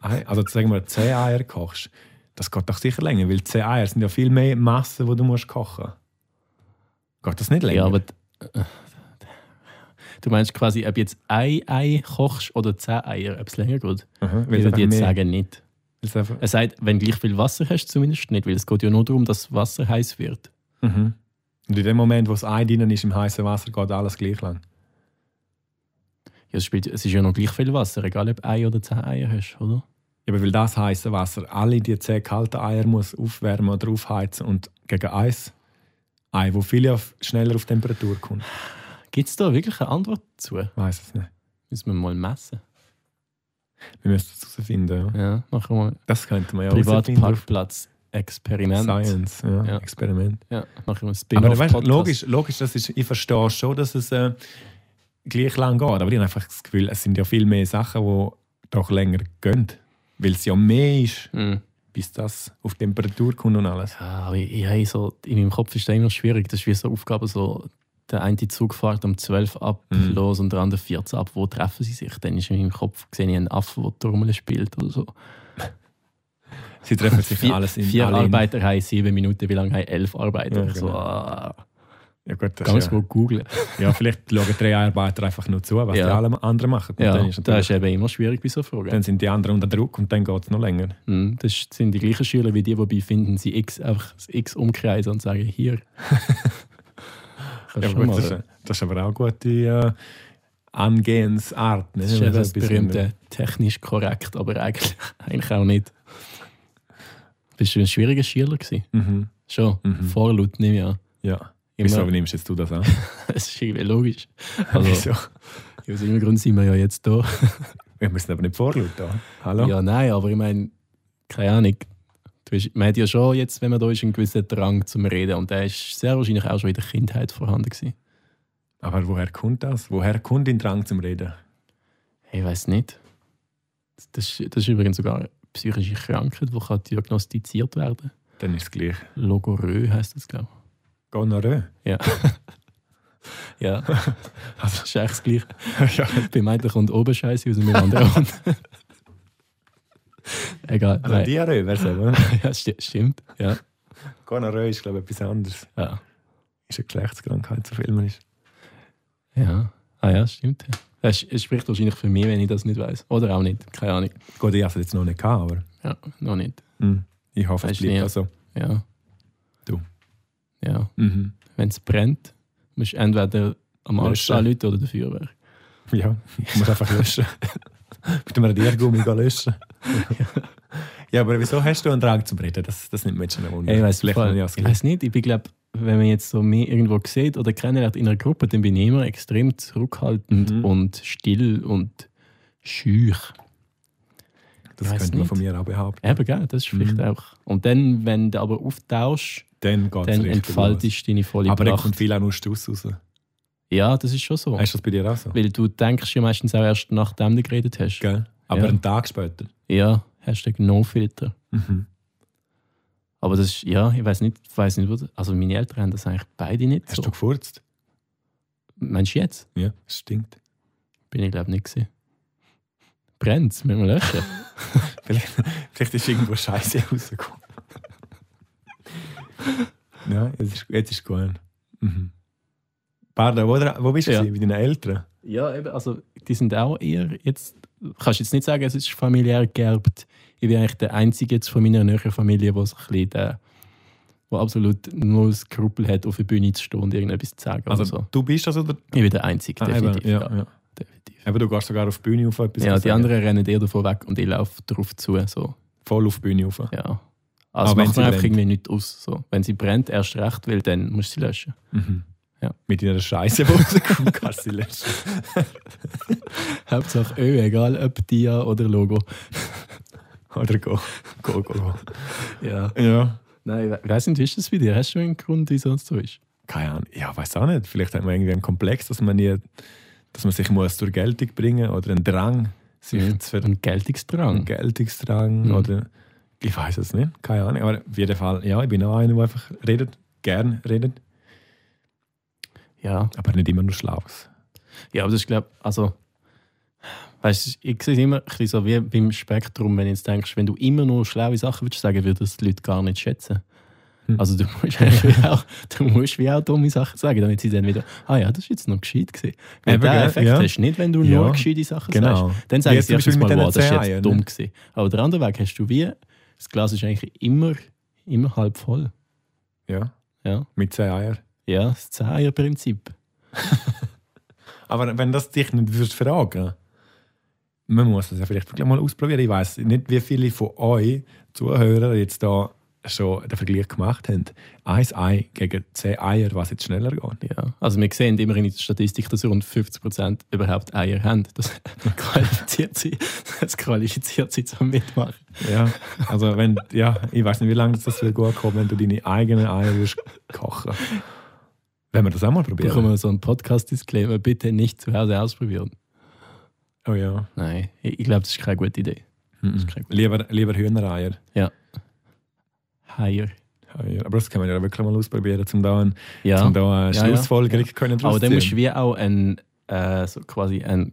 C: Ei- also sagen wir, zehn Eier kochst. Das geht doch sicher länger, weil zehn Eier sind ja viel mehr Masse, die du musst kochen Geht das nicht länger? Mhm.
A: Ja, aber. d- Du meinst quasi, ob jetzt ein Ei kochst oder zehn Eier, ob es länger geht?
C: Aha, weil
A: Ich
C: es
A: würde
C: einfach
A: jetzt
C: mehr-
A: sagen, nicht.
C: weil es einfach,
A: Er sagt, wenn gleich viel Wasser hast, zumindest nicht, weil es geht ja nur darum, dass Wasser heiß wird.
C: mhm. Und in dem Moment, wo das Ei drinnen ist, im heißen Wasser, geht alles gleich lang.
A: Ja, es, spielt, es ist ja noch gleich viel Wasser, egal ob ein oder zehn Eier hast, oder?
C: Ja, aber weil das heiße Wasser alle die zehn kalten Eier muss aufwärmen oder aufheizen und gegen Eis, Ei, wo viel ja f- schneller auf Temperatur kommt.
A: Gibt es da wirklich eine Antwort dazu?
C: Weiß es nicht.
A: Müssen wir mal messen.
C: Wir müssen es herausfinden. Ja.
A: Ja, machen wir
C: Das könnte man ja herausfinden.
A: Privatparkplatz-Experiment.
C: Science, ja,
A: Ja.
C: Experiment.
A: Ja, machen wir ein
C: Aber weißt,
A: Spin-off-Podcast.
C: logisch, logisch, das ist, ich verstehe schon, dass es äh, gleich lang geht, aber ich habe einfach das Gefühl, es sind ja viel mehr Sachen, die doch länger gehen, weil es ja mehr ist,
A: Mhm.
C: bis das auf Temperatur kommt und alles.
A: Ja, aber ich, ich, habe so, in meinem Kopf ist das immer schwierig. Das ist wie so Aufgabe, so der eine Zug fährt um 12 ab
C: Mhm.
A: los und der andere 14 ab. Wo treffen sie sich? Dann ist in meinem Kopf gesehen, ich einen Affen, der Turmeln spielt oder so.
C: Sie treffen sich
A: vier
C: alles in
A: vier
C: alle in-
A: Arbeiter haben sieben Minuten, wie lange haben elf Arbeiter?
C: Ja,
A: Ich so,
C: genau.
A: ah,
C: Ja, gut, das
A: ganz
C: ist ja-
A: gut googeln.
C: Ja, vielleicht schauen drei Arbeiter einfach nur zu, was
A: Ja.
C: die alle anderen machen. Und
A: Ja,
C: dann, ist
A: das
C: natürlich-
A: ist eben immer schwierig bei so Fragen.
C: dann sind die anderen unter Druck und dann geht es noch länger.
A: Mhm, Das sind die gleichen Schüler wie die, die finden sie X einfach das X umkreisen und sagen, hier. Kannst
C: Ja,
A: schon
C: gut,
A: mal-
C: das, ist, das ist aber auch eine gute äh, Angehensart. Ne?
A: Das ist
C: Wenn
A: ja
C: man
A: das
C: so ein bisschen-
A: berühmte technisch korrekt, aber eigentlich, eigentlich auch nicht. Bist du ein schwieriger Schüler gewesen?
C: Mhm.
A: Schon.
C: Mhm.
A: Vorlaut nehme ich an.
C: Ja. Wieso
A: Immer.
C: nimmst jetzt du das an?
A: Es ist irgendwie logisch. Also,
C: Wieso?
A: aus irgendeinem Grund sind wir ja jetzt da.
C: Wir müssen aber nicht vorlauten. Hallo?
A: Ja, nein, aber ich meine, keine Ahnung. Du bist, man hat ja schon jetzt, wenn man da ist, einen gewissen Drang zum Reden. Und der ist sehr wahrscheinlich auch schon in der Kindheit vorhanden gewesen.
C: Aber woher kommt das? Woher kommt dein Drang zum Reden?
A: Ich weiß nicht. Das, das ist übrigens sogar eine psychische Krankheit, die kann diagnostiziert werden
C: Dann ist es gleich.
A: Logorö heißt das, glaube ich.
C: Gonorrhoe.
A: Ja. ja. Also, ist echt das Gleiche.
C: ja.
A: Beim einen kommt oben Scheiße aus und beim anderen unten. Egal.
C: Also
A: nein.
C: Diarrhoe wäre es eben.
A: Ja, sti- stimmt. Ja.
C: Gonorrhoe ist, glaube ich, etwas anderes.
A: Ja.
C: Ist eine Geschlechtskrankheit, so viel man ist.
A: ja. Ah ja, stimmt. Es es spricht wahrscheinlich für mich, wenn ich das nicht weiß. Oder auch nicht. Keine Ahnung.
C: Gut, ich habe es jetzt noch nicht gehabt, aber
A: Ja, noch nicht.
C: hm, ich hoffe, es
A: Weißt
C: bleibt
A: nie.
C: auch so.
A: Ja.
C: Du.
A: Ja.
C: Mhm.
A: Wenn es brennt, musst du entweder am Arsch
C: Löschen.
A: anrufen oder der Feuerwehr.
C: Ja, ich muss einfach löschen. mit dem Radiergummi gehen löschen. ja, aber wieso hast du einen Drang zum Reden? Das, das nimmt mir jetzt schon eine Wunder.
A: Ey, Ich weiß
C: Vielleicht
A: voll.
C: habe ich auch das
A: Ich weiß nicht, ich bin glaube, wenn man jetzt so mich irgendwo sieht oder kennenlernt in einer Gruppe, dann bin ich immer extrem zurückhaltend
C: Mhm.
A: und still und schüch.
C: Das
A: Ich weiss
C: könnte man von
A: nicht.
C: mir auch behaupten.
A: Eben, gell? das ist vielleicht auch. Mhm. Und dann, wenn du aber auftauschst,
C: Dann geht
A: dann
C: es richtig los.
A: entfaltest du deine volle
C: Aber dann
A: Pracht.
C: kommt viel auch nur Stuss raus. Hast
A: Ja, das ist schon so.
C: du das bei dir auch so?
A: Weil du denkst ja meistens auch erst nachdem du geredet hast.
C: Gell? Aber
A: Ja.
C: einen Tag später.
A: Ja, Hashtag NoFilter.
C: Mhm.
A: Aber das ist, ja, ich weiß nicht, weiß nicht, wo das- also meine Eltern haben das eigentlich beide nicht
C: Hast
A: so.
C: du gefurzt?
A: Meinst du jetzt?
C: Ja, das stinkt.
A: Bin ich glaube nicht gewesen. Brennt, müssen wir löschen.
C: Vielleicht, vielleicht ist irgendwo Scheiße rausgekommen. ja, jetzt ist, jetzt ist gut. Mhm. Pardon, wo, dra- wo bist du?
A: Ja.
C: gewesen? Bei deinen Eltern?
A: ja, eben, also die sind auch eher jetzt, kannst jetzt nicht sagen, es ist familiär geerbt. Ich bin eigentlich der Einzige jetzt von meiner näheren Familie, der so ein bisschen der, der absolut null Skrupel hat, auf der Bühne zu stehen und irgendetwas zu sagen.
C: Also,
A: oder so.
C: du bist das oder?
A: Ich bin der Einzige,
C: Ah, eben,
A: definitiv.
C: ja,
A: ja,
C: ja.
A: definitiv.
C: Eben, du gehst sogar auf die Bühne auf etwas.
A: Ja,
C: zu
A: die
C: sagen.
A: anderen rennen eher davon weg und ich laufe drauf zu. So.
C: Voll auf die Bühne auf.
A: Ja. Also
C: Aber wenn
A: macht
C: sie
A: man einfach
C: brennt.
A: irgendwie nichts aus. So. Wenn sie brennt, erst recht, weil dann musst du sie löschen.
C: Mhm.
A: Ja.
C: Mit deiner Scheiße, die rauskommt, kannst du sie löschen.
A: Hauptsache Ö, egal ob Dia oder Logo.
C: Oder go. Go, go, go.
A: Ja.
C: Ja.
A: Nein, ich we- weiss nicht, wie ist das bei dir? Hast du einen Grund, wieso es so ist?
C: Keine Ahnung. Ja, weiß auch nicht. Vielleicht hat man irgendwie einen Komplex, dass man, nie, dass man sich muss zur Geltung bringen oder einen Drang, sich
A: Mhm.
C: zu ver
A: Ein Geltungsdrang.
C: einen Geltungsdrang
A: Mhm.
C: oder ich weiß es nicht, keine Ahnung. Aber auf jeden Fall, ja, ich bin auch einer, der einfach redet, gern redet,
A: Ja.
C: aber nicht immer nur Schlaues.
A: ja, aber das ist, glaube also, weißt du, ich sehe es immer ein bisschen so wie beim Spektrum, wenn du jetzt denkst, wenn du immer nur schlaue Sachen würdest sagen, würden das die Leute gar nicht schätzen.
C: Hm.
A: Also du musst, eigentlich wie auch, du musst wie auch dumme Sachen sagen, damit sie dann wieder, ah ja, das ist jetzt noch gescheit gewesen. Weil
C: Eben,
A: den
C: gell?
A: Effekt
C: Ja.
A: hast du nicht, wenn du
C: Ja.
A: nur gescheite Sachen sagst.
C: Genau.
A: Dann
C: Wie
A: sagen
C: jetzt
A: sie
C: zum Beispiel
A: erstens mal,
C: mit
A: wow,
C: diesen
A: das ist
C: Zehen,
A: jetzt dumm
C: ne?
A: gewesen. Aber der andere Weg hast du wie, das Glas ist eigentlich immer, immer halb voll.
C: Ja,
A: Ja,
C: mit zehn Eiern.
A: ja das Zehnjahr-Prinzip.
C: Aber wenn das dich nicht würdest fragen, man muss das ja vielleicht wirklich mal ausprobieren. Ich weiß nicht, wie viele von euch Zuhörer jetzt da schon den Vergleich gemacht haben. Ein Ei gegen zehn Eier, was jetzt schneller geht.
A: Ja. Also wir sehen immerhin in der Statistik, dass rund 50% überhaupt Eier haben. Das qualifiziert sie, das qualifiziert sie zum Mitmachen.
C: Ja, also wenn, ja, ich weiß nicht, wie lange das wird gut kommen, wenn du deine eigenen Eier wirst kochen. Wenn wir das auch mal
A: Brauchen
C: probieren.
A: wir so einen Podcast-Disclaimer, bitte nicht zu Hause ausprobieren.
C: Oh ja.
A: Nein, ich, ich glaube, das ist keine gute Idee.
C: Mhm.
A: kein gut.
C: Lieber, lieber Hühnereier.
A: Eier.
C: Eier. Aber das können wir ja wirklich mal ausprobieren, um da, ein,
A: Ja,
C: um da eine
A: Ja, ja.
C: Schlussfolgerung können
A: aber
C: draus
A: dann
C: zu
A: musst du
C: ziehen.
A: wie auch ein, äh, so quasi ein,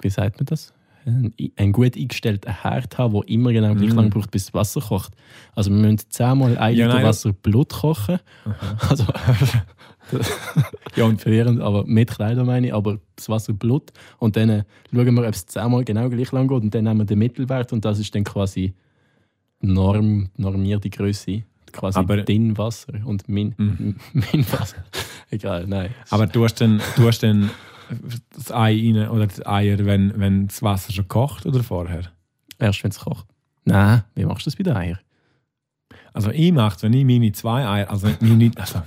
A: wie sagt man das? Ein, ein gut eingestellten Herd haben, der immer genau gleich
C: Mm.
A: lange braucht, bis das Wasser kocht. Also wir müssen zehnmal ein
C: Ja,
A: Liter
C: nein.
A: Wasser Blut kochen. Also
C: Ja, und
A: verwirrend, aber mit Kleider meine ich, aber das Wasser Blut. Und dann äh, schauen wir, ob es zehnmal genau gleich lang geht und dann nehmen wir den Mittelwert und das ist dann quasi die Norm, die normierte Größe. Quasi
C: Aber-
A: dein Wasser und mein, mein Wasser. Egal, nein.
C: Aber du hast dann, du hast dann das Ei rein oder die Eier, wenn, wenn das Wasser schon kocht oder vorher?
A: Erst wenn es kocht. Nein, wie machst du das bei den Eiern?
C: Also ich mache es, wenn ich meine zwei Eier, also meine, also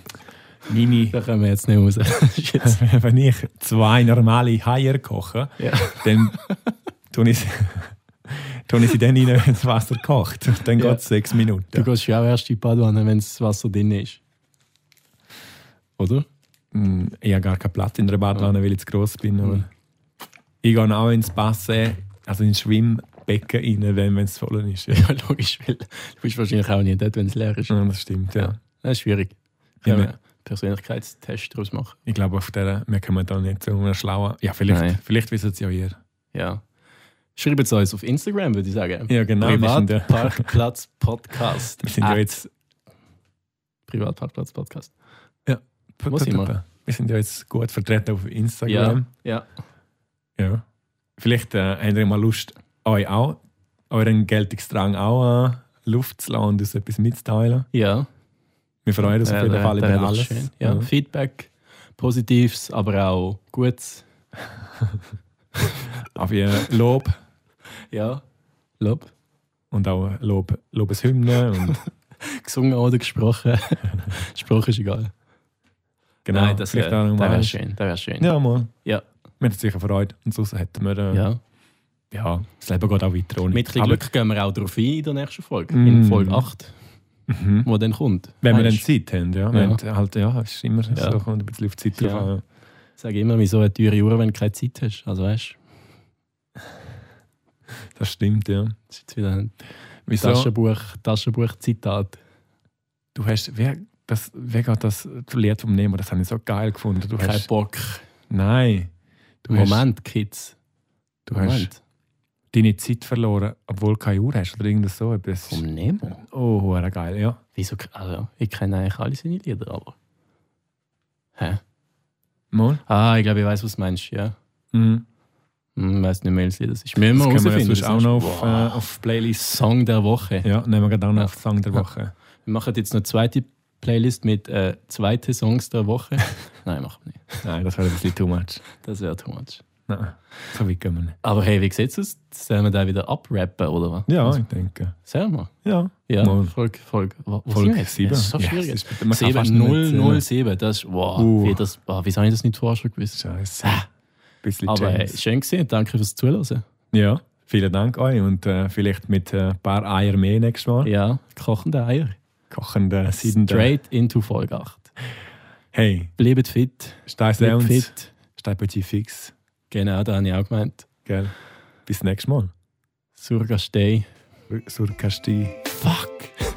C: meine
A: Da kommen wir jetzt nicht raus. Das ist jetzt-
C: also, wenn ich zwei normale Eier koche,
A: ja.
C: dann tun ich, sie- tun ich sie dann rein, wenn das Wasser kocht. Und dann
A: Ja.
C: geht es sechs Minuten.
A: Du gehst ja auch erst in die Badewanne, wenn das Wasser drin ist. Oder?
C: Mm, Ich habe gar keinen Platz in der Badewanne, weil ich zu gross bin. Aber Ich gehe auch ins Bassin, also ins Schwimmbecken rein, wenn wenn es voll ist. Ja.
A: Ja, logisch, weil du bist wahrscheinlich auch nicht dort, wenn es leer ist.
C: Ja, das stimmt, ja.
A: Ja. Das ist schwierig.
C: Mhm. Ja,
A: Können wir
C: wir-
A: einen Persönlichkeitstest daraus machen.
C: Ich glaube, auf der, wir kommen da nicht zu einer schlauen... Ja, vielleicht,
A: Nein.
C: vielleicht wissen es ja ihr.
A: Ja. Schreibt es uns auf Instagram, würde ich sagen.
C: Ja, genau. wir sind ja-
A: Privatparkplatz Podcast.
C: Wir sind ja
A: At
C: jetzt...
A: Privatparkplatz Podcast. Muss ich
C: Wir sind ja jetzt gut vertreten auf Instagram.
A: Ja. ja.
C: Ja. Vielleicht äh, habt ihr mal Lust, euch auch, euren Geltungsdrang auch äh, Luft zu lassen und uns etwas mitzuteilen.
A: Ja.
C: Wir freuen uns auf jeden
A: da-
C: Fall
A: da
C: über
A: wäre
C: alles. Mhm.
A: doch schön. Ja. Feedback, Positives, aber auch Gutes.
C: Auf ihr Lob,
A: Ja. Lob.
C: Und auch Lob, Lobeshymnen. Und,
A: Gesungen oder gesprochen. Sprache ist egal.
C: genau,
A: Nein, das
C: vielleicht
A: wäre
C: auch noch mal
A: wär
C: eins.
A: schön. Das wär schön.
C: Ja, mal.
A: Ja.
C: Wir hätten sicher Freude. Und sonst hätten wir. Äh, ja.
A: Ja.
C: das Leben geht auch weiter ohne.
A: Mit ein bisschen
C: Aber
A: Glück gehen wir auch darauf ein in der nächsten Folge.
C: Mm.
A: In Folge 8,
C: Mhm.
A: wo dann kommt.
C: Wenn wir dann
A: Weisst,
C: Zeit haben, ja. Wenn halt, ja, es ist immer
A: Ja.
C: so, kommt ein bisschen auf die Zeit
A: Ja.
C: drauf an.
A: Ich sage immer, wieso eine teure Uhr, wenn du keine Zeit hast. Also weißt du,
C: Das stimmt, ja.
A: das ist jetzt wieder ein
C: Wieso?
A: Taschenbuch, Taschenbuch-Zitat.
C: Du hast, wer, das, wer geht das verliert vom Nehmen? Das habe ich so geil gefunden. Du
A: Kein
C: hast,
A: Bock.
C: nein. Du hast,
A: Moment, Kids.
C: du hast
A: Moment.
C: deine Zeit verloren, obwohl du keine Uhr hast oder irgendwas so. etwas.
A: Vom Nemo?
C: Oh, hure geil, ja.
A: Wieso? Also, ich kenne eigentlich alle seine Lieder, aber. Hä?
C: Mal.
A: Ah, ich glaube, ich weiß, was du meinst, ja.
C: Mhm.
A: Hm, Ich weiß nicht mehr, welches Lied das ist. Müssen
C: Das
A: wir
C: können wir ja
A: rausfinden.
C: sonst auch
A: sonst-
C: noch auf,
A: Boah.
C: äh, auf Playlist.
A: Song der Woche.
C: Ja, nehmen wir dann noch
A: Ja.
C: auf den Song der
A: Ja.
C: Woche.
A: Wir machen jetzt eine zweite Playlist mit äh, zweiten Songs der Woche. Nein, machen wir nicht.
C: Nein, das wäre ein bisschen too much.
A: Das wäre too much.
C: Nein, so weit gehen wir nicht.
A: Aber hey, wie sieht's aus? Sollen wir da wieder abrappen, oder was?
C: Ja,
A: Also,
C: ich denke.
A: Sollen wir?
C: Ja.
A: Ja,
C: Mal.
A: Folge, Folge, wa- was sind wir
C: Folge
A: jetzt?
C: 7.
A: Das ist so schwierig.
C: Ja, es ist- man kann fast nicht äh, mitzählen.
A: 7007, das ist, wow,
C: Uh.
A: wie das, wow, wieso habe ich das nicht vorher schon gewusst?
C: Scheiße. Bisschen
A: Ah. Aber hey,
C: James.
A: schön gesehen, danke fürs Zuhören.
C: Ja, vielen Dank euch und äh, vielleicht mit äh, ein paar Eier mehr nächstes Mal.
A: Ja, kochende Eier.
C: Kochende, siedende.
A: Straight into Folge 8.
C: Hey,
A: Bleibt fit,
C: stay
A: bleibt
C: sounds,
A: fit.
C: stay petit fix.
A: Genau, da habe ich auch gemeint.
C: Gell? Bis nächstes Mal.
A: Surga stay.
C: Sur Kasti.
A: Fuck!